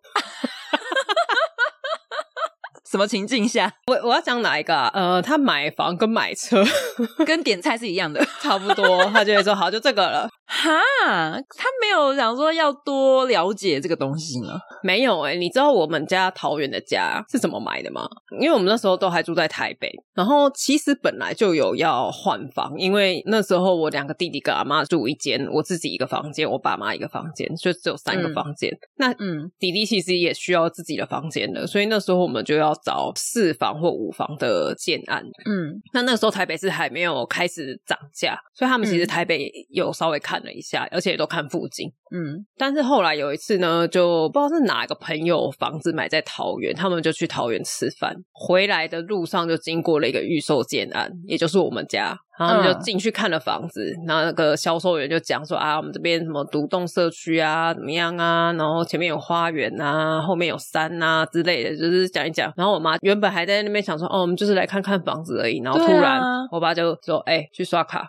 Speaker 2: 什么情境下
Speaker 1: 我我要讲哪一个啊？呃，他买房跟买车
Speaker 2: 跟点菜是一样的？
Speaker 1: 差不多，他就会说好，就这个了。
Speaker 2: 哈，他没有想说要多了解这个东西呢。
Speaker 1: 没有哎、你知道我们家桃园的家是怎么买的吗？因为我们那时候都还住在台北，然后其实本来就有要换房，因为那时候我两个弟弟跟阿妈住一间，我自己一个房间，我爸妈一个房间，就只有三个
Speaker 2: 嗯
Speaker 1: 房间。那
Speaker 2: 嗯，
Speaker 1: 弟弟其实也需要自己的房间的，所以那时候我们就要找四房或五房的建案。
Speaker 2: 嗯
Speaker 1: 那那个时候台北市还没有开始涨价，所以他们其实
Speaker 2: 嗯
Speaker 1: 台北有稍微看了一下，而且也都看附近。
Speaker 2: 嗯
Speaker 1: 但是后来有一次呢，就不知道是哪个朋友房子买在桃园，他们就去桃园吃饭，回来的路上就经过了一个预售建案，也就是我们家。然后他们就
Speaker 2: 嗯
Speaker 1: 进去看了房子，然后那个销售员就讲说啊，我们这边什么独栋社区啊，怎么样啊，然后前面有花园啊，后面有山啊之类的，就是讲一讲。然后我妈原本还在那边想说，哦，我们就是来看看房子而已。然后突
Speaker 2: 对啊
Speaker 1: 然、我爸就说，哎、去刷卡，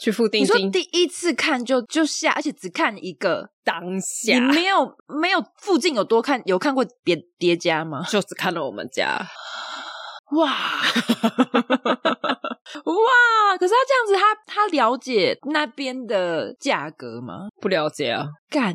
Speaker 1: 去付定
Speaker 2: 你说
Speaker 1: 金，
Speaker 2: 第一次看就就下，而且只看一个，
Speaker 1: 当
Speaker 2: 你
Speaker 1: 下
Speaker 2: 没有没有附近有多看有看过别叠加吗？
Speaker 1: 就只看了我们家。
Speaker 2: 哇哇！可是他这样子，他他了解那边的价格吗？
Speaker 1: 不了解啊，
Speaker 2: 干，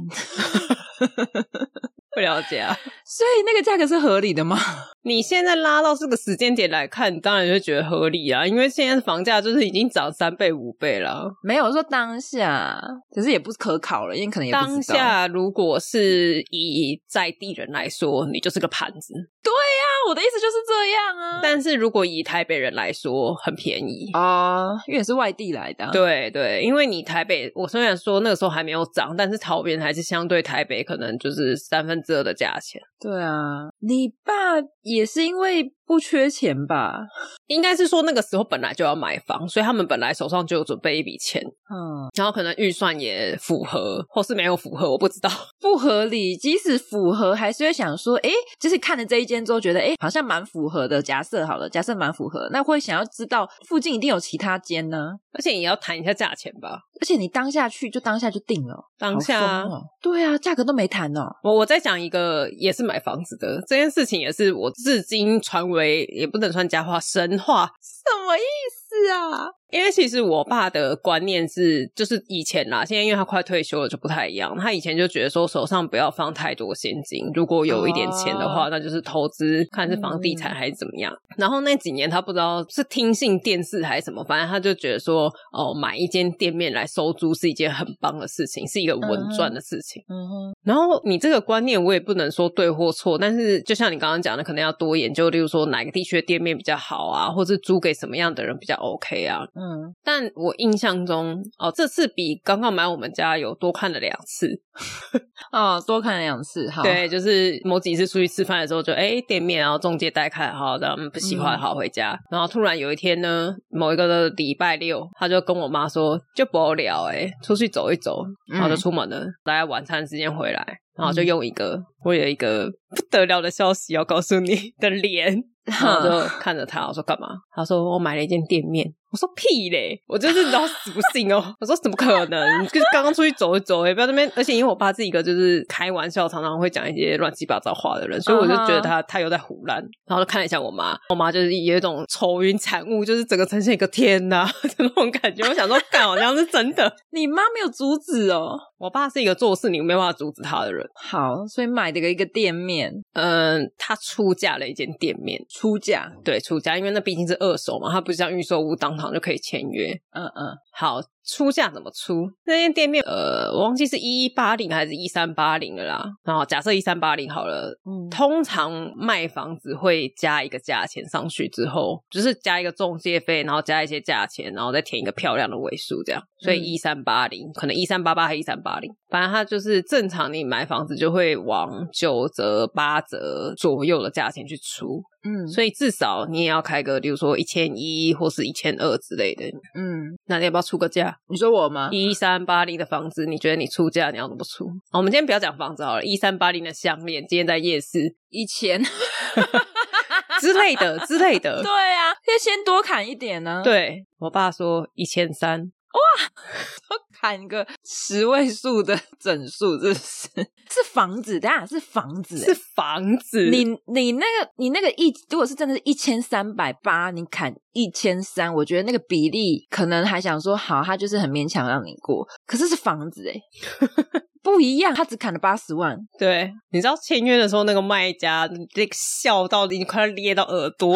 Speaker 1: 不了解啊。
Speaker 2: 所以那个价格是合理的吗？
Speaker 1: 你现在拉到这个时间点来看，你当然就觉得合理啊，因为现在房价就是已经涨三倍五倍了。
Speaker 2: 没有说当下，可是也不可考了，因为可能也不知道啊
Speaker 1: 当下如果是以在地人来说，你就是个盘子；
Speaker 2: 啊，我的意思就是这样啊。
Speaker 1: 但是如果以台北人来说，很便宜。
Speaker 2: 啊、因为也是外地来的、啊，
Speaker 1: 对对，因为你台北，我虽然说那个时候还没有涨，但是桃园还是相对台北可能就是三分之二的价钱。
Speaker 2: 对啊，你爸也是因为不缺钱吧？
Speaker 1: 应该是说那个时候本来就要买房，所以他们本来手上就有准备一笔钱，
Speaker 2: 嗯，
Speaker 1: 然后可能预算也符合，或是没有符合，我不知道。
Speaker 2: 不合理，即使符合，还是会想说，诶，就是看了这一间之后，觉得诶，好像蛮符合的。假设好了，假设蛮符合，那会想要知道附近一定有其他间呢。
Speaker 1: 而且也要谈一下价钱吧。
Speaker 2: 而且你当下去就当下就定了，
Speaker 1: 当下
Speaker 2: 好疯哦对啊，价格都没谈哦。
Speaker 1: 我我再讲一个，也是买房子的这件事情，也是我至今传为也不能算佳话神话，
Speaker 2: 什么意思啊？
Speaker 1: 因为其实我爸的观念是，就是以前啦，现在因为他快退休了就不太一样。他以前就觉得说手上不要放太多现金，如果有一点钱的话，
Speaker 2: 哦
Speaker 1: 那就是投资，看是房地产还是怎么样。然后那几年他不知道是听信电视还是什么，反正他就觉得说，哦，买一间店面来收租是一件很棒的事情，是一个稳赚的事情。
Speaker 2: 嗯哼，
Speaker 1: 然后你这个观念我也不能说对或错，但是就像你刚刚讲的，可能要多研究，例如说哪个地区的店面比较好啊，或是租给什么样的人比较 OK 啊。
Speaker 2: 嗯，
Speaker 1: 但我印象中，哦，这次比刚刚买我们家有多看了两次。
Speaker 2: 哦，多看了两次，好，
Speaker 1: 对，就是某几次出去吃饭的时候就，哎店面，然后中介带看好，然后嗯不喜欢
Speaker 2: 嗯
Speaker 1: 好回家。然后突然有一天呢，某一个的礼拜六，他就跟我妈说，就不聊哎、出去走一走，然
Speaker 2: 嗯
Speaker 1: 后就出门了，大概晚餐时间回来，然后就用一个、我有一个不得了的消息要告诉你的脸，然后我
Speaker 2: 嗯
Speaker 1: 就看着他，我说干嘛？他说我买了一间店面。我说屁嘞！我就是你知道死不信哦。我说怎么可能？你就是刚刚出去走一走、欸也不要那边。而且因为我爸是一个就是开玩笑，常常会讲一些乱七八糟话的人，所以我就
Speaker 2: 嗯
Speaker 1: 觉得他他又在胡乱。然后就看了一下我妈，我妈就是有一种愁云惨雾，就是整个呈现一个天呐 的那种感觉。我想说，干好像是真的。
Speaker 2: 你妈没有阻止哦。
Speaker 1: 我爸是一个做事你没办法阻止他的人。
Speaker 2: 好，所以买的一个店面
Speaker 1: 嗯，他出价了一间店面，
Speaker 2: 出价，
Speaker 1: 对，出价，因为那毕竟是二手嘛，他不是像预售屋当场就可以签约。
Speaker 2: 嗯嗯，
Speaker 1: 好，出价怎么出？那间店面呃，我忘记是一一八零还是一三八零了啦。然后假设一三八零好了，
Speaker 2: 嗯
Speaker 1: 通常卖房子会加一个价钱上去之后，就是加一个中介费，然后加一些价钱，然后再填一个漂亮的尾数，这样。所以
Speaker 2: 嗯
Speaker 1: 一三八零，可能一三八八还一三八零，反正它就是正常你买房子就会往九折、八折左右的价钱去出，
Speaker 2: 嗯
Speaker 1: 所以至少你也要开个，比如说一千一或是一千二之类的。
Speaker 2: 嗯，
Speaker 1: 那你要不要出个价？
Speaker 2: 你说我吗？
Speaker 1: 一三八零的房子，你觉得你出价你要怎么出？好我们今天不要讲房子好了，一三八零的项链，今天在夜市
Speaker 2: 以 前
Speaker 1: 之类的之类的。
Speaker 2: 对啊，要先多砍一点呢、，
Speaker 1: 对我爸说一千三，
Speaker 2: 砍个十位数的 整数，这是 是房子，等一下是房子、
Speaker 1: 是房子，
Speaker 2: 你你那个你那个一，如果是真的是一千三百八，你砍一千三，我觉得那个比例可能还想说好，他就是很勉强让你过，可是是房子哎、 不一样，他只砍了八十万，
Speaker 1: 对，你知道签约的时候那个卖家那个笑到你快要裂到耳朵，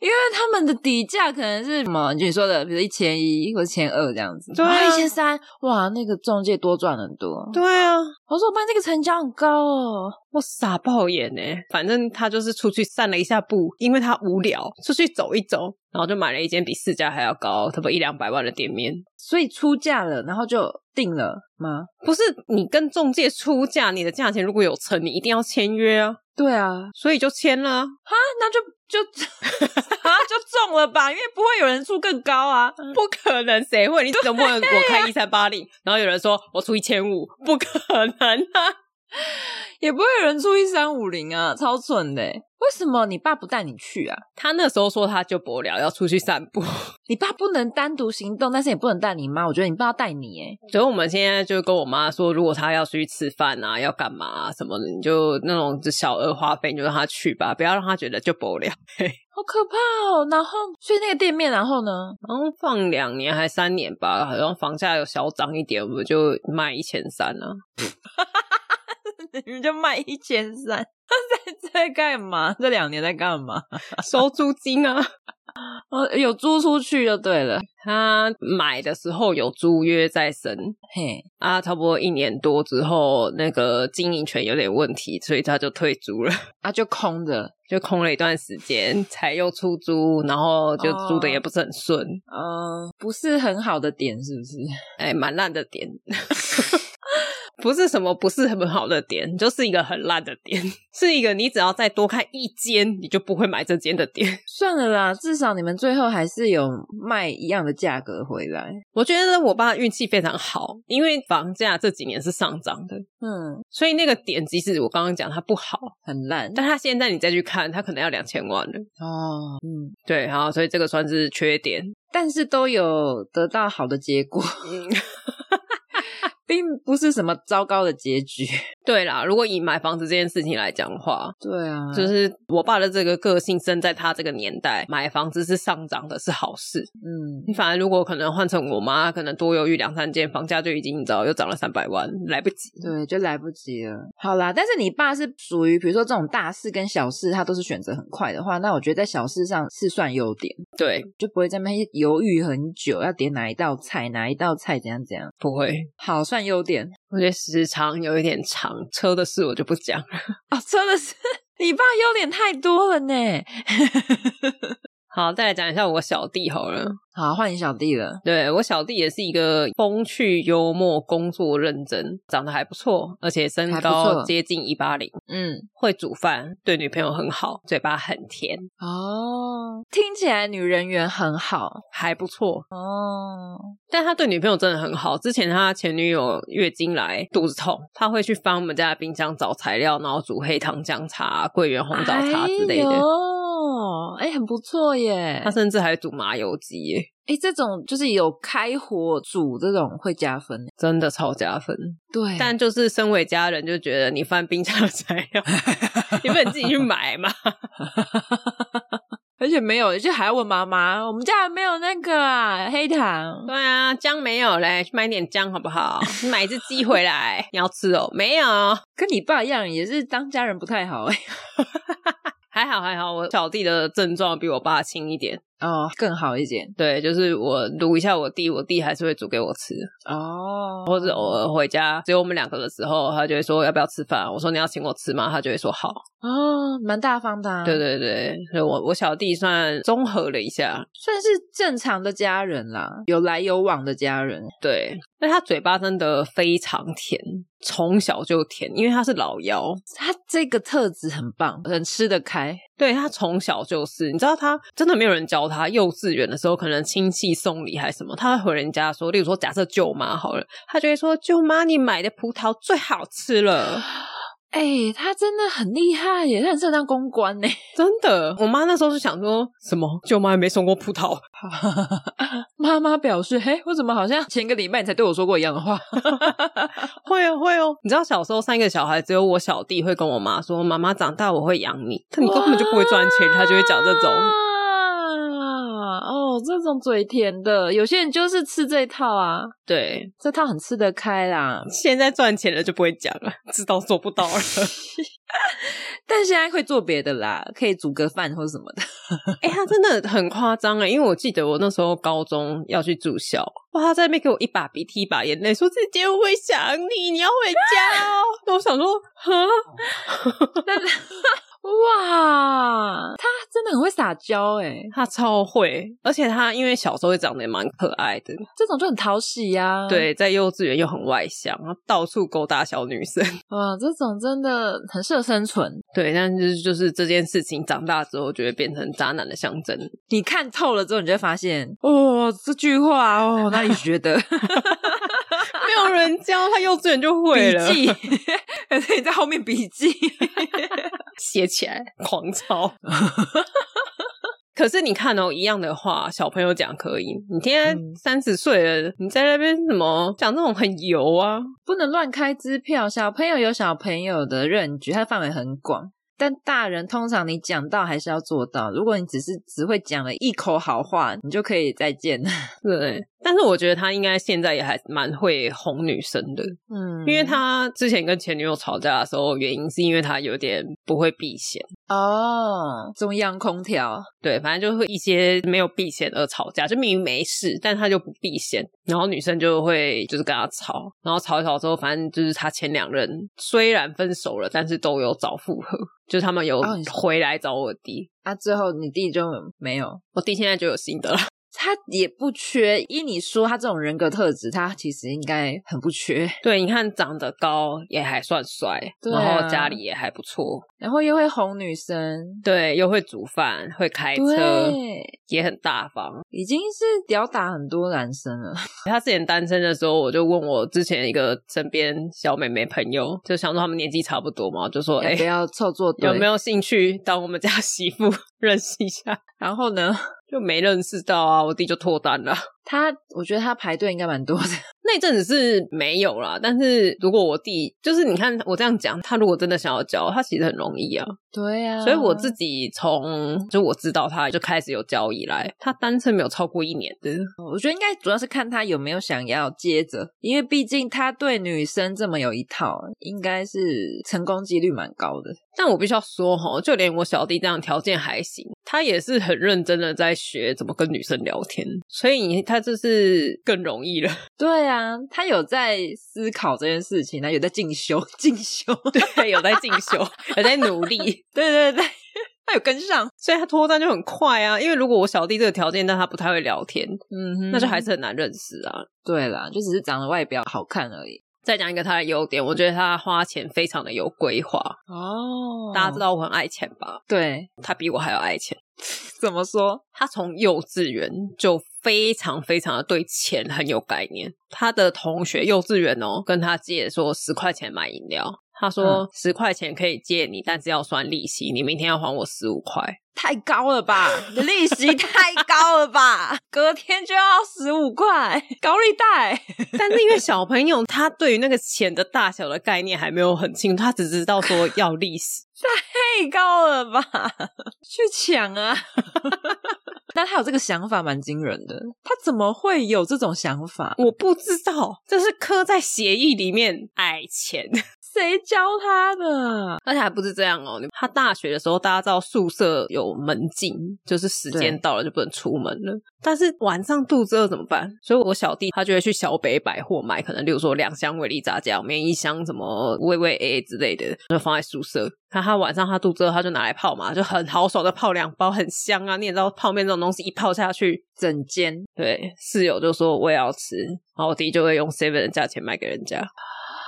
Speaker 2: 因为他们的底价可能是什么？就你说的，比如一千一或一千二这样子，
Speaker 1: 对啊
Speaker 2: 一千三，哇，那个中介多赚很多。
Speaker 1: 对啊，
Speaker 2: 我说我爸这个成交很高哦，
Speaker 1: 我傻爆眼呢、反正他就是出去散了一下步，因为他无聊，出去走一走，然后就买了一间比市价还要高，差不多一两百万的店面。
Speaker 2: 所以出价了，然后就定了吗？
Speaker 1: 不是你跟中介出价，你的价钱如果有成，你一定要签约啊，
Speaker 2: 对啊，
Speaker 1: 所以就签了、啊。
Speaker 2: 那就就啊就中了吧，因为不会有人出更高啊。
Speaker 1: 不可能，谁会？你总不能我开一三八零，然后有人说我出一千五， 不可能啊！
Speaker 2: 也不会有人出一三五零啊，超蠢的欸。为什么你爸不带你去啊？
Speaker 1: 他那时候说他就不聊，要出去散步。
Speaker 2: 你爸不能单独行动，但是也不能带你妈。我觉得你爸要带你哎，
Speaker 1: 所以我们现在就跟我妈说，如果她要出去吃饭啊，要干嘛、啊、什么的，你就那种小额花费，你就让她去吧，不要让她觉得就不聊。
Speaker 2: 好可怕哦。然后，所以那个店面，然后呢？
Speaker 1: 然后放两年还三年吧，好像房价有小涨一点，我们就卖一千三啊。
Speaker 2: 你们就卖一千三， 在在干嘛？这两年在干嘛？
Speaker 1: 收租金啊。
Speaker 2: 哦，有租出去就对了。
Speaker 1: 他买的时候有租约在身
Speaker 2: 嘿，
Speaker 1: 啊，差不多一年多之后，那个经营权有点问题，所以他就退租了，
Speaker 2: 啊，就空着
Speaker 1: 就空了一段时间才又出租，然后就
Speaker 2: 哦
Speaker 1: 租的也不是很顺，
Speaker 2: 呃，不是很好的点，是不是？
Speaker 1: 哎、蛮烂的 点。不是什么不是很好的点，就是一个很烂的点，是一个你只要再多看一间，你就不会买这间的点。
Speaker 2: 算了啦，至少你们最后还是有卖一样的价格回来。
Speaker 1: 我觉得我爸运气非常好，因为房价这几年是上涨的，
Speaker 2: 嗯，
Speaker 1: 所以那个点即使我刚刚讲它不好，
Speaker 2: 很烂
Speaker 1: 但他现在你再去看，他可能要两千万了。
Speaker 2: 哦，嗯，
Speaker 1: 对，好，所以这个算是缺点。
Speaker 2: 但是都有得到好的结果，
Speaker 1: 嗯，
Speaker 2: 并不是什么糟糕的结局。
Speaker 1: 对啦，如果以买房子这件事情来讲的话，
Speaker 2: 对啊，
Speaker 1: 就是我爸的这个个性，生在他这个年代，买房子是上涨的，是好事。
Speaker 2: 嗯，
Speaker 1: 你反而如果可能换成我妈，可能多犹豫两三间，房价就已经你知道又涨了三百万，来不及。
Speaker 2: 对，就来不及了。好啦，但是你爸是属于，比如说这种大事跟小事，他都是选择很快的话，那我觉得在小事上是算优点，
Speaker 1: 对，
Speaker 2: 就不会在那边犹豫很久，要点哪一道菜，哪一道菜怎样怎样。
Speaker 1: 不会。
Speaker 2: 好，算优点
Speaker 1: 我觉得时长有一点长，车的事我就不讲了。
Speaker 2: 哦，真的是你爸优点太多了呢。
Speaker 1: 好，再来讲一下我小弟好了。
Speaker 2: 好，换你小弟了。
Speaker 1: 对我小弟也是一个风趣幽默、工作认真、长得还不错，而且身
Speaker 2: 还不
Speaker 1: 高
Speaker 2: 错
Speaker 1: 接近一八零，
Speaker 2: 嗯，
Speaker 1: 会煮饭，对女朋友很好，嘴巴很甜，
Speaker 2: 哦，听起来女人缘很好
Speaker 1: 还不错。
Speaker 2: 哦。
Speaker 1: 但他对女朋友真的很好。之前他前女友月经来肚子痛，他会去翻我们家的冰箱找材料，然后煮黑糖姜茶、啊桂圆红枣茶之类的
Speaker 2: 哎。呦哎、很不错耶
Speaker 1: 他。甚至还煮麻油鸡耶，
Speaker 2: 哎、这种就是有开火煮这种会加分耶，
Speaker 1: 真的超加分。
Speaker 2: 对，
Speaker 1: 但就是身为家人，就觉得你翻冰箱的材料， 你不能自己去买嘛？
Speaker 2: 而且没有，就还要问妈妈，我们家还没有那个啊黑糖，
Speaker 1: 对啊，姜没有嘞，去买点姜好不好？你买一只鸡回来，你要吃哦？没有，
Speaker 2: 跟你爸一样，也是当家人不太好哎、
Speaker 1: 还好还好，我小弟的症状比我爸轻一点，
Speaker 2: 哦，更好一点
Speaker 1: 对，就是我撸一下我弟，我弟还是会煮给我吃，
Speaker 2: 哦，
Speaker 1: 或者偶尔回家只有我们两个的时候，他就会说要不要吃饭，我说你要请我吃吗？他就会说好。
Speaker 2: 哦，蛮大方的、啊，
Speaker 1: 对，对对，所以我我小弟算综合了一下，
Speaker 2: 算是正常的家人啦，有来有往的家人，
Speaker 1: 对，但他嘴巴真的非常甜，从小就甜，因为他是老妖，
Speaker 2: 他这个特质很棒，很吃得开，
Speaker 1: 对他从小就是，你知道他真的没有人教他。幼稚园的时候，可能亲戚送礼还是什么，他会回人家说，例如说假设舅妈好了，他就会说舅妈你买的葡萄最好吃了，
Speaker 2: 哎、他真的很厉害耶，他很适合当公关呢。
Speaker 1: 真的。我妈那时候就想说什么舅妈也没送过葡萄，
Speaker 2: 妈妈表示，嘿，我怎么好像前个礼拜你才对我说过一样的话？
Speaker 1: 会哦会哦。你知道小时候三个小孩，只有我小弟会跟我妈说，妈妈长大我会养你，但你根本就不会赚钱，他就会讲这种。
Speaker 2: 啊哦，这种嘴甜的，有些人就是吃这一套啊，
Speaker 1: 对，
Speaker 2: 这套很吃得开啦。
Speaker 1: 现在赚钱了就不会讲了，知道做不到了。
Speaker 2: 但现在会做别的啦，可以煮个饭或什么的。
Speaker 1: 哎、他真的很夸张哎，因为我记得我那时候高中要去住校，哇，他在那边给我一把鼻涕一把眼泪，说姐姐我会想你，你要回家哦。 那我想说，哈，
Speaker 2: 哇，他真的很会撒娇哎、
Speaker 1: 他超会，而且他因为小时候也长得也蛮可爱的，
Speaker 2: 这种就很讨喜呀、
Speaker 1: 对，在幼稚园又很外向，然后到处勾搭小女生，
Speaker 2: 哇，这种真的很适合生存。
Speaker 1: 对，但是就是这件事情长大之后就会变成渣男的象 征。
Speaker 2: 你看透了之后，你就会发现，哦，这句话哦，哪里学 的？
Speaker 1: 没有人教他幼稚园就
Speaker 2: 笔
Speaker 1: 会了，
Speaker 2: 记，而且你在后面笔记。
Speaker 1: 写起来狂抄。 可是你看哦，一样的话，小朋友讲可以。你今天
Speaker 2: 嗯
Speaker 1: 三十岁了，你在那边怎么讲这种很油啊？
Speaker 2: 不能乱开支票。小朋友有小朋友的认知，它范围很广。但大人通常你讲到还是要做到。如果你只是只会讲了一口好话，你就可以再见了。
Speaker 1: 对，但是我觉得他应该现在也还蛮会哄女生的，
Speaker 2: 嗯
Speaker 1: 因为他之前跟前女友吵架的时候，原因是因为他有点不会避嫌。
Speaker 2: 哦，中央空调
Speaker 1: 对，反正就会一些没有避嫌而吵架，就明明没事，但他就不避嫌，然后女生就会就是跟他吵，然后吵一吵之后，反正就是他前两任虽然分手了，但是都有找复合，就是他们有
Speaker 2: 哦你说
Speaker 1: 回来找我弟，
Speaker 2: 啊，最后你弟就没有。
Speaker 1: 我弟现在就有新的了，
Speaker 2: 他也不缺，依你说他这种人格特质，他其实应该很不缺，
Speaker 1: 对，你看长得高也还算帅，
Speaker 2: 对啊
Speaker 1: 然后家里也还不错，
Speaker 2: 然后又会哄女生，
Speaker 1: 对，又会煮饭，会开车，
Speaker 2: 对，
Speaker 1: 也很大方。
Speaker 2: 已经是吊打很多男生 了。
Speaker 1: 他之前单身的时候，我就问我之前一个身边小妹妹朋友，就想说他们年纪差不多嘛，我就说哎。
Speaker 2: 要不要凑作对？
Speaker 1: 有没？有兴趣当我们家 媳妇认识一下？
Speaker 2: 然后呢？
Speaker 1: 就没认识到啊，我弟就脱单了。
Speaker 2: 他，我觉得他排队应该蛮多的。
Speaker 1: 那阵子是没有啦，但是如果我弟就是你看我这样讲，他如果真的想要交，他其实很容易啊。
Speaker 2: 对呀、
Speaker 1: 所以我自己从就我知道他就开始有交以来，他单身没有超过一年的。
Speaker 2: 我觉得应该主要是看他有没有想要接着，因为毕竟他对女生这么有一套，应该是成功几率蛮高的。
Speaker 1: 但我必须要说哈，就连我小弟这样条件还行，他也是很认真的在学怎么跟女生聊天，所以你他就是更容易了。
Speaker 2: 对啊，他有在思考这件事情，他有在进修， 进修。
Speaker 1: 对，有在进修，有在努力。
Speaker 2: 对对对，他有跟上。
Speaker 1: 所以他脱单就很快啊。因为如果我小弟这个条件，但他不太会聊天，
Speaker 2: 嗯哼
Speaker 1: 那就还是很难认识啊。
Speaker 2: 对啦，就只是长得外表好看而已。
Speaker 1: 再讲一个他的优点，我觉得他花钱非常的有规划。
Speaker 2: 哦
Speaker 1: 大家知道我很爱钱吧？
Speaker 2: 对，
Speaker 1: 他比我还要爱钱。
Speaker 2: 怎么说？
Speaker 1: 他从幼稚园就非常非常的对钱很有概念。他的同学幼稚园哦，跟他借说十块钱买饮料，他说
Speaker 2: 嗯
Speaker 1: 十块钱可以借你，但是要算利息，你明天要还我十五块。
Speaker 2: 太高了吧，你的利息太高了吧，隔天就要十五块高利贷。
Speaker 1: 但是因为小朋友他对于那个钱的大小的概念还没有很清楚，他只知道说要利息。
Speaker 2: 太高了吧？去抢啊！ 但他有这个想法蛮惊人的，他怎么会有这种想法？
Speaker 1: 我不知道，这是刻在协议里面，爱钱。
Speaker 2: 谁教他的？
Speaker 1: 而且还不是这样哦，他大学的时候，大家知道宿舍有门禁，就是时间到了就不能出门了。但是晚上肚子饿怎么办？所以我小弟他就会去小北百货买，可能例如说两箱维力炸酱面，一箱什么味味 A 之类的，就放在宿舍。他他晚上他肚子饿，他就拿来泡嘛，就很豪爽的泡两包，很香啊。你也知道泡面这种东西一泡下去，
Speaker 2: 整间
Speaker 1: 对室友就说我也要吃，然后我弟就会用 seven 的价钱卖给人家。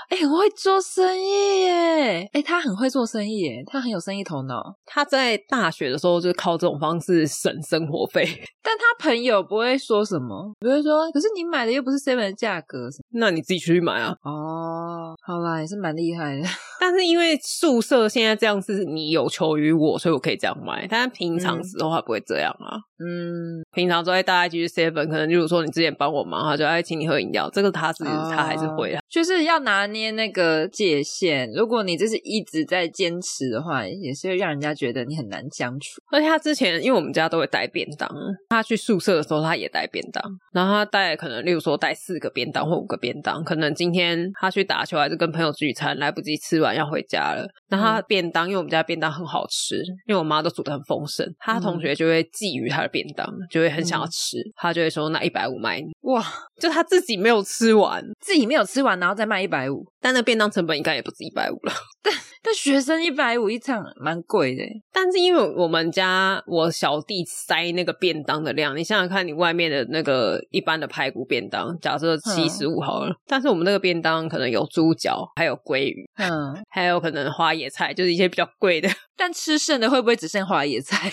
Speaker 2: 哎、欸，我会做生意耶！哎、欸，他很会做生意耶，他很有生意头脑。
Speaker 1: 他在大学的时候就靠这种方式省生活费，
Speaker 2: 但他朋友不会说什么，不会说，可是你买的又不是 seven 的价格，
Speaker 1: 那你自己去买啊。
Speaker 2: 哦，好啦，也是蛮厉害的。
Speaker 1: 但是因为宿舍现在这样是你有求于我，所以我可以这样买。但是平常时候他不会这样啊。
Speaker 2: 嗯，
Speaker 1: 平常都会大家一起去 seven，可能例如说你之前帮我忙，他就哎请你喝饮料，这个他是、
Speaker 2: 哦、
Speaker 1: 他还是会啦，
Speaker 2: 就是要拿捏。那个界限，如果你这是一直在坚持的话，也是会让人家觉得你很难相处。
Speaker 1: 而且他之前，因为我们家都会带便当，啊他去宿舍的时候他也带便当，然后他带可能，例如说带四个便当或五个便当，可能今天他去打球还是跟朋友聚餐，来不及吃完要回家了，那他便当，因为我们家便当很好吃，因为我妈都煮的很丰盛，他同学就会觊觎他的便当，就会很想要吃，他就会说那一百五卖你，
Speaker 2: 哇，
Speaker 1: 就他自己没有吃完，
Speaker 2: 自己没有吃完，然后再卖一百五。
Speaker 1: 但那便当成本应该也不止一百五了。
Speaker 2: 但但学生一百五一场蛮贵的。欸
Speaker 1: 但是因为我们家我小弟塞那个便当的量，你想想看，你外面的那个一般的排骨便当，假设七十五好了，但是我们那个便当可能有猪脚，还有鲑鱼，
Speaker 2: 嗯，
Speaker 1: 还有可能花椰菜，就是一些比较贵的。
Speaker 2: 但吃剩的会不会只剩花椰菜？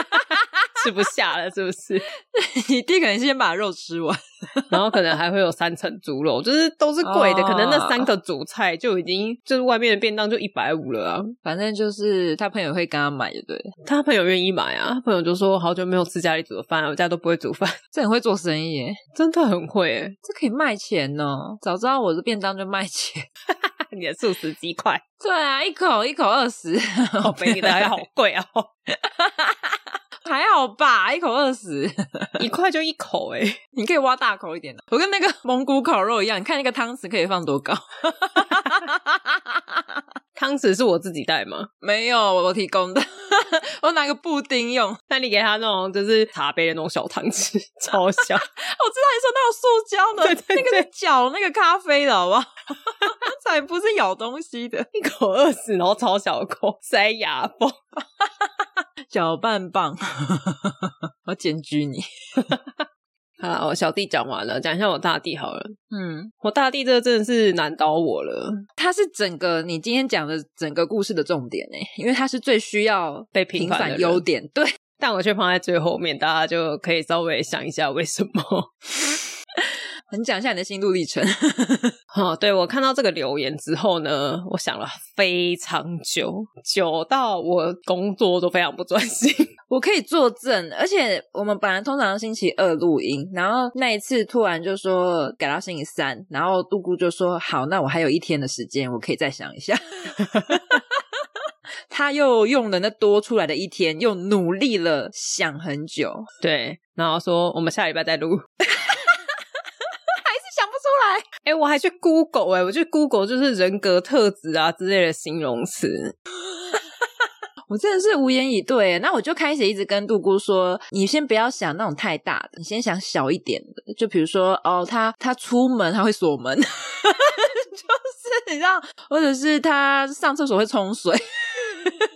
Speaker 1: 吃不下了，是不是？
Speaker 2: 你弟可能先把肉吃完，
Speaker 1: 然后可能还会有三层猪肉，就是都是贵的。
Speaker 2: 哦
Speaker 1: 可能那三个主菜就已经就是外面的便当就一百五了啊。
Speaker 2: 反正就是他朋友会跟他买，就对了。
Speaker 1: 他朋友愿意买啊，他朋友就说好久没有吃家里煮的饭了，我家都不会煮饭，
Speaker 2: 这很会做生意欸耶，
Speaker 1: 真的很会欸 耶。
Speaker 2: 这可以卖钱哦！早知道我的便当就卖钱。
Speaker 1: 你的素食鸡块，
Speaker 2: 对啊，一口一口 二十，
Speaker 1: 好哦便宜的，还好贵哦，
Speaker 2: 还好吧，一口二十，
Speaker 1: 一块就一口哎、
Speaker 2: 你可以挖大口一点的。我跟那个 蒙古烤肉一样，你看那个汤匙可以放多高？
Speaker 1: 汤匙是我自己带吗？
Speaker 2: 没有，我提供的， 我拿个布丁用。哦
Speaker 1: 那你给他那种就是茶杯的那种小汤匙， 超小。
Speaker 2: 我知道你说那有塑胶的，
Speaker 1: 对对
Speaker 2: 那个是搅那个咖啡的好不好？ 才不是咬东西的
Speaker 1: 一口饿死，然后超小口塞牙缝。
Speaker 2: 搅拌棒， 我检举你。
Speaker 1: 好啦，我小弟讲完了，讲一下我大弟好了。
Speaker 2: 嗯，
Speaker 1: 我大弟这个真的是难倒我了，
Speaker 2: 它是整个你今天讲的整个故事的重点呢，欸因为它是最需要
Speaker 1: 被
Speaker 2: 平
Speaker 1: 平反的
Speaker 2: 反
Speaker 1: 人
Speaker 2: 优点。对，
Speaker 1: 但我却放在最后面，大家就可以稍微想一下为什么。
Speaker 2: 你讲一下你的心路历程。
Speaker 1: 哈、对我看到这个留言之后呢，我想了非常久，久到我工作都非常不专心。
Speaker 2: 我可以作证，而且我们本来通常星期二录音，然后那一次突然就说改到星期三，然后杜姑就说好，那我还有一天的时间，我可以再想一下。 他又用了那多出来的一天，又努力了想很久，
Speaker 1: 对，然后说我们下礼拜再 录。
Speaker 2: 还是想不出来。
Speaker 1: 哎、我还去 Google 哎、我去 Google 就是人格特质啊之类的形容词。
Speaker 2: 我真的是无言以对耶。那我就开始一直跟杜姑说，你先不要想那种太大的，你先想小一点的。就比如说，哦，他他出门他会锁门， 就是你知道，或者是他上厕所会冲水，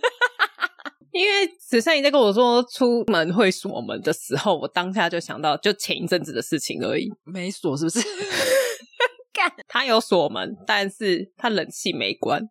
Speaker 1: 因为慈善你在跟我说出门会锁门的时候，我当下就想到就前一阵子的事情而已。
Speaker 2: 没锁是不是？
Speaker 1: 他有锁门，但是他冷气没关，